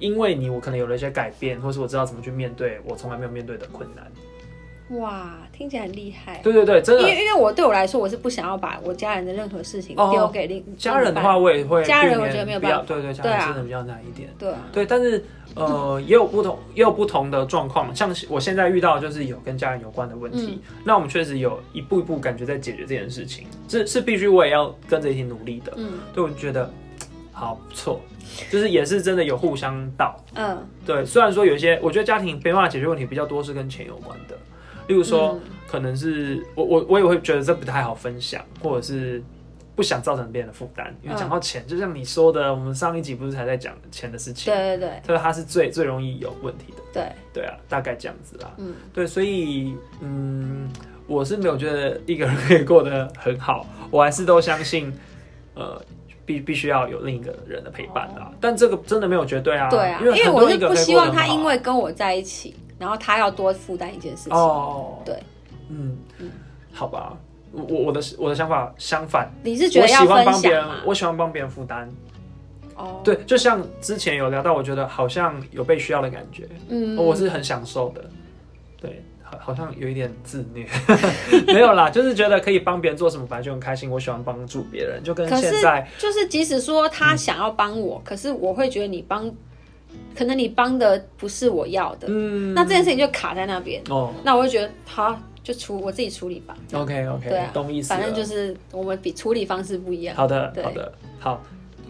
Speaker 1: 因为你，我可能有了一些改变，或是我知道怎么去面对我从来没有面对的困难。
Speaker 2: 哇，听起来很厉害。
Speaker 1: 对对对，真
Speaker 2: 因为
Speaker 1: 的。
Speaker 2: 因为我对我来说，我是不想要把我家人的任何事情
Speaker 1: 哦
Speaker 2: 丢给另、
Speaker 1: 家人的
Speaker 2: 另一半，
Speaker 1: 话，我也会
Speaker 2: 家人
Speaker 1: 避免
Speaker 2: 我觉得没有
Speaker 1: 比较
Speaker 2: 办法
Speaker 1: 对对，家
Speaker 2: 对
Speaker 1: 人
Speaker 2: 啊
Speaker 1: 真的比较难一点。
Speaker 2: 对啊，
Speaker 1: 对，但是呃，也有不同，也有不同的状况。像我现在遇到的就是有跟家人有关的问题，那我们确实有一步一步感觉在解决这件事情，是是必须我也要跟着一起努力的。
Speaker 2: 嗯
Speaker 1: 对，我就觉得好不错，就是也是真的有互相到。
Speaker 2: 嗯，
Speaker 1: 对，虽然说有一些，我觉得家庭没办法解决问题比较多是跟钱有关的，例如说、
Speaker 2: 嗯
Speaker 1: 可能是我我我也会觉得这不太好分享，或者是。不想造成别人的负担，因为讲到钱，就像你说的，我们上一集不是才在讲钱的事情？
Speaker 2: 对对对
Speaker 1: 他说他是最最容易有问题的，
Speaker 2: 对，
Speaker 1: 对啊，大概这样子啦。
Speaker 2: 嗯，
Speaker 1: 对，所以嗯，我是没有觉得一个人可以过得很好，我还是都相信，呃，必必须要有另一个人的陪伴啦。但这个真的没有绝对啊，
Speaker 2: 哦对啊，
Speaker 1: 因为很
Speaker 2: 我
Speaker 1: 多
Speaker 2: 是
Speaker 1: 一个
Speaker 2: 不
Speaker 1: 人可以
Speaker 2: 希
Speaker 1: 过得很
Speaker 2: 望
Speaker 1: 好啊
Speaker 2: 他因为跟我在一起，然后他要多负担一件事情。
Speaker 1: 哦，
Speaker 2: 对，
Speaker 1: 嗯
Speaker 2: 嗯，
Speaker 1: 好吧，我我我的我的想法相反，
Speaker 2: 你是觉
Speaker 1: 我
Speaker 2: 得要
Speaker 1: 喜欢
Speaker 2: 分
Speaker 1: 帮别
Speaker 2: 享
Speaker 1: 人
Speaker 2: 嘛，？
Speaker 1: 我喜欢帮别人负担。
Speaker 2: 哦，，
Speaker 1: 对，就像之前有聊到，我觉得好像有被需要的感觉，
Speaker 2: 嗯，
Speaker 1: 哦我是很享受的，对，好好像有一点自虐， [laughs] 没有啦，就是觉得可以帮别人做什么，本来就很开心。我喜欢帮助别人，就跟
Speaker 2: 可是
Speaker 1: 现在
Speaker 2: 就是即使说他想要帮我，可是我会觉得你帮，可能你帮的不是我要的，
Speaker 1: 嗯，
Speaker 2: 那这件事情就卡在那边，
Speaker 1: 哦
Speaker 2: 那我会觉得好，就处我自己处理吧。
Speaker 1: ，OK OK，
Speaker 2: 对啊
Speaker 1: 懂意思了，
Speaker 2: 反正就是我们比处理方式不一样。
Speaker 1: 好的
Speaker 2: 对
Speaker 1: 好的好，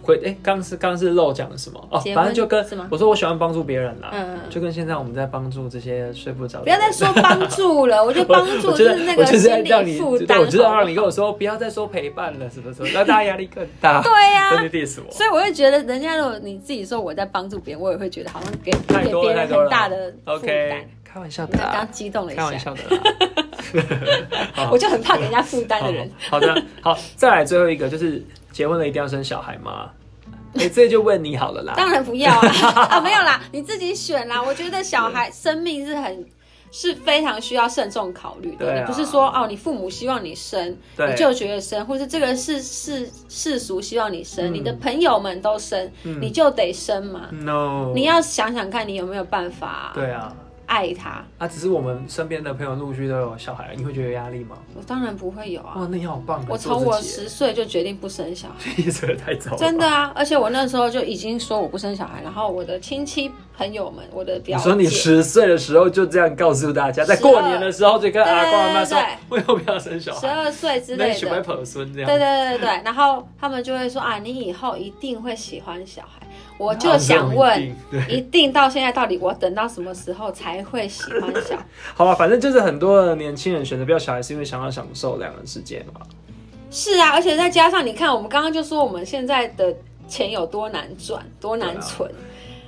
Speaker 1: 回哎，刚、是刚是漏讲了什么哦，
Speaker 2: 结婚
Speaker 1: 反正就跟
Speaker 2: 是吗
Speaker 1: 我说我喜欢帮助别人啦，
Speaker 2: 嗯，
Speaker 1: 就跟现在我们在帮助这些睡不着的人，
Speaker 2: 不要再说帮助了，我觉得帮
Speaker 1: [laughs] 我
Speaker 2: 助
Speaker 1: 觉得
Speaker 2: 是那
Speaker 1: 我
Speaker 2: 个
Speaker 1: 就是要
Speaker 2: 心
Speaker 1: 让
Speaker 2: 理
Speaker 1: 你，
Speaker 2: 负
Speaker 1: 对
Speaker 2: 担。
Speaker 1: 我就是要让你
Speaker 2: 好
Speaker 1: 跟我说，不要再说陪伴了，什么什么，让大家压力更大。
Speaker 2: 不好对啊呀、
Speaker 1: 真的 diss
Speaker 2: [laughs]
Speaker 1: 我。
Speaker 2: 所以我会觉得，人家如果你自己说我在帮助别人，我也会觉得好像给
Speaker 1: 太
Speaker 2: 给
Speaker 1: 多
Speaker 2: 别
Speaker 1: 了，太
Speaker 2: 人
Speaker 1: 多
Speaker 2: 很
Speaker 1: 了。
Speaker 2: 大的负担
Speaker 1: OK，。开玩笑
Speaker 2: 你
Speaker 1: 的啊
Speaker 2: 刚
Speaker 1: 啦
Speaker 2: 刚，激动了一
Speaker 1: 开玩
Speaker 2: 下，
Speaker 1: 笑的啦。
Speaker 2: 啊 [laughs] 我就很怕给人家负担
Speaker 1: 好
Speaker 2: 的人。
Speaker 1: 好的，好，再来最后一个就是结婚了一定要生小孩吗？哎，这就问你好了啦。
Speaker 2: 当然不
Speaker 1: [laughs]
Speaker 2: 要啊啊，没有啦，你自己选啦。我觉得小孩生命是很是非常需要慎重考虑的。
Speaker 1: 对啊
Speaker 2: 你不是说哦，你父母希望你生，你
Speaker 1: 对，
Speaker 2: 就觉得生，或是这个世世世俗希望你生，
Speaker 1: 嗯
Speaker 2: 你的朋友们都生，
Speaker 1: 嗯
Speaker 2: 你就得生嘛。
Speaker 1: no，
Speaker 2: 你要想想看，你有没有办法
Speaker 1: 对啊，
Speaker 2: 爱他？
Speaker 1: 啊，只是我们身边的朋友陆续都有小孩，你会觉得有压力吗？
Speaker 2: 我当然不会有啊。
Speaker 1: 哇，那你好棒，
Speaker 2: 我从我十岁就决定不
Speaker 1: [laughs]
Speaker 2: 生小孩，
Speaker 1: 一岁太早了，
Speaker 2: 真的。啊！而且我那时候就已经说我不生小孩，然后我的亲戚朋友们，我的
Speaker 1: 你
Speaker 2: 表姐，
Speaker 1: 说你十岁的时候就这样告诉大家，在过年的时候就跟阿公阿妈说
Speaker 2: 对
Speaker 1: [laughs]
Speaker 2: 对，
Speaker 1: 为什么要生小
Speaker 2: 十
Speaker 1: 孩？
Speaker 2: 二岁之
Speaker 1: 那
Speaker 2: 类
Speaker 1: 你喜欢
Speaker 2: 的，
Speaker 1: 婆孙这啊样？
Speaker 2: 对对对对，
Speaker 1: [laughs]
Speaker 2: 然后他们就会说啊，你以后一定会喜欢小孩。我就想
Speaker 1: [laughs] 啊
Speaker 2: 问，，
Speaker 1: 这样一定对
Speaker 2: 一定到现在到底我等到什么时候才会喜欢小孩？
Speaker 1: 好吧，反正就是很多的年轻人选择不要小孩，是因为想要享受两人世界嘛。
Speaker 2: 是啊，而且再加上你看，我们刚刚就说我们现在的钱有多难赚，多难存，
Speaker 1: 啊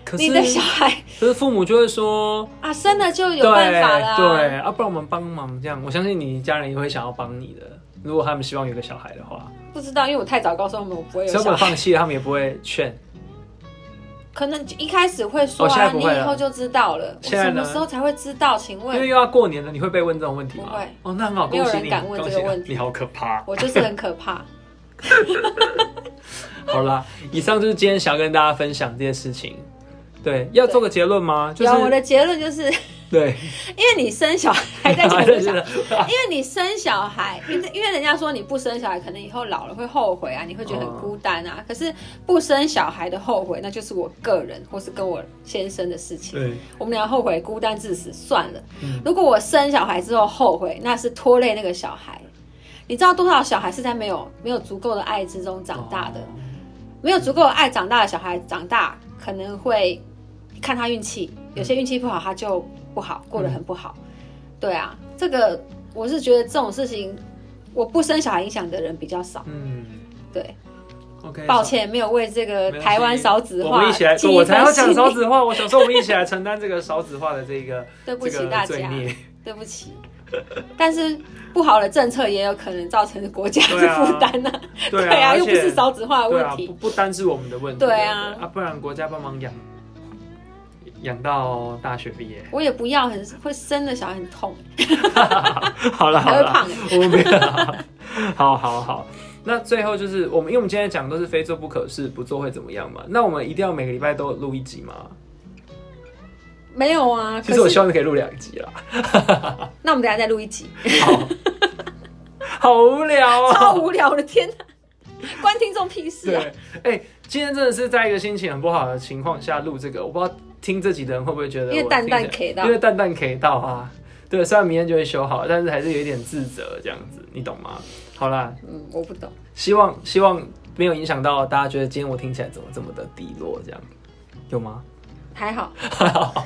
Speaker 1: 可
Speaker 2: 你
Speaker 1: 是，
Speaker 2: 的小孩
Speaker 1: 可是父母就会说，
Speaker 2: 啊生了就
Speaker 1: 对
Speaker 2: 有办法了、啊，
Speaker 1: 对，啊，不然我们帮忙这样。我相信你家人也会想要帮你的，如果他们希望有个小孩的话，
Speaker 2: 不知道，因为我太早告诉他们我不会有
Speaker 1: 所以我
Speaker 2: 小
Speaker 1: 们
Speaker 2: 孩，
Speaker 1: 放弃了，他们也不会劝。
Speaker 2: 可能一开始会说
Speaker 1: 哦现
Speaker 2: 啊，
Speaker 1: 在不
Speaker 2: 你
Speaker 1: 会了
Speaker 2: 以后就知道了，我
Speaker 1: 现在
Speaker 2: 什
Speaker 1: 呢
Speaker 2: 么时候才会知道？请
Speaker 1: 因为
Speaker 2: 问，
Speaker 1: 又要过年了，你会被问这种问题吗？
Speaker 2: 不会
Speaker 1: 哦，那很好，
Speaker 2: 没有
Speaker 1: 恭喜
Speaker 2: 人
Speaker 1: 你，
Speaker 2: 敢问
Speaker 1: 恭
Speaker 2: 这个
Speaker 1: 喜你
Speaker 2: 问题
Speaker 1: 你好可怕。
Speaker 2: 我就是很可怕。
Speaker 1: [laughs] 好啦，以上就是今天想要跟大家分享这些事情。对，要做个结论吗？就
Speaker 2: 有我
Speaker 1: 是
Speaker 2: 的结论就是，因
Speaker 1: 对，
Speaker 2: 为你生小孩在
Speaker 1: [laughs]
Speaker 2: 讲
Speaker 1: 对
Speaker 2: 这个。
Speaker 1: 对
Speaker 2: 因为你生小孩，因为因为人家说你不生小孩，可能以后老了会后悔啊，你会觉得很孤单啊。可是不生小孩的后悔，那就是我个人或是跟我先生的事情。
Speaker 1: 对，
Speaker 2: 我们俩后悔孤单致死算了。
Speaker 1: 嗯
Speaker 2: 如果我生小孩之后后悔，那是拖累那个小孩。你知道多少小孩是在没有没有足够的爱之中长大
Speaker 1: 哦
Speaker 2: 的？没有足够的爱长大的小孩，长大可能会看他运气，有些运气不好，他就不好，过得很不好。对啊，这个我是觉得这种事情，我不生小孩影响的人比较少。
Speaker 1: 嗯
Speaker 2: 对，
Speaker 1: ，OK，
Speaker 2: 抱歉，没有为这个台湾少子
Speaker 1: 我
Speaker 2: 化
Speaker 1: 们一起来，
Speaker 2: 尽一
Speaker 1: 我才要
Speaker 2: 份
Speaker 1: 讲
Speaker 2: 心
Speaker 1: 少
Speaker 2: 力。
Speaker 1: 子化。我想说，我们一起来承担这个少子化的这个
Speaker 2: [laughs] 对不
Speaker 1: 这
Speaker 2: 起
Speaker 1: 个
Speaker 2: 大 [laughs]
Speaker 1: 罪
Speaker 2: 家，
Speaker 1: 孽。
Speaker 2: 对不起，但是不好的政策也有可能造成国家的
Speaker 1: 对啊
Speaker 2: 负担呐。
Speaker 1: 对
Speaker 2: 对
Speaker 1: 啊，
Speaker 2: 啊，
Speaker 1: 而
Speaker 2: 又不
Speaker 1: 且
Speaker 2: 是少子化的
Speaker 1: 对
Speaker 2: 问
Speaker 1: 啊，不
Speaker 2: 题。
Speaker 1: 不单是我们的问题，
Speaker 2: 对啊
Speaker 1: 不对啊，不然国家帮忙养，养到大学毕业。
Speaker 2: 我也不要很会生的小孩很痛，
Speaker 1: 好了好
Speaker 2: 还会
Speaker 1: 了，
Speaker 2: 胖。欸
Speaker 1: 我们没有。好好好，那最后就是我们，因为我们今天讲都是非做不可是，不做会怎么样嘛？那我们一定要每个礼拜都录一集吗？
Speaker 2: 没有啊，
Speaker 1: 其实我
Speaker 2: 可
Speaker 1: 希
Speaker 2: 是
Speaker 1: 望可以录两集啦。
Speaker 2: 那我们等一下再录一集，
Speaker 1: 好， [laughs] 好无聊啊、
Speaker 2: 超无聊的，天哪，关听众屁
Speaker 1: [laughs]
Speaker 2: 事
Speaker 1: 对，
Speaker 2: [laughs] 啊！
Speaker 1: 哎、今天真的是在一个心情很不好的情况下录这个，我不知道听这集的人会不会觉得我
Speaker 2: 因为蛋蛋
Speaker 1: 听起
Speaker 2: K
Speaker 1: 来
Speaker 2: 到
Speaker 1: 因，为蛋蛋 K 到啊。对，虽然明天就会修好，但是还是有一点自责这样子，你懂吗？好啦，
Speaker 2: 嗯，我不懂。
Speaker 1: 希望希望没有影响到大家觉得今天我听起来怎么这么的低落，这样有吗？
Speaker 2: 还好，
Speaker 1: [laughs]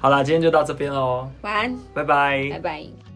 Speaker 1: 好啦，今天就到这边喽，
Speaker 2: 晚安，
Speaker 1: 拜拜
Speaker 2: 拜拜。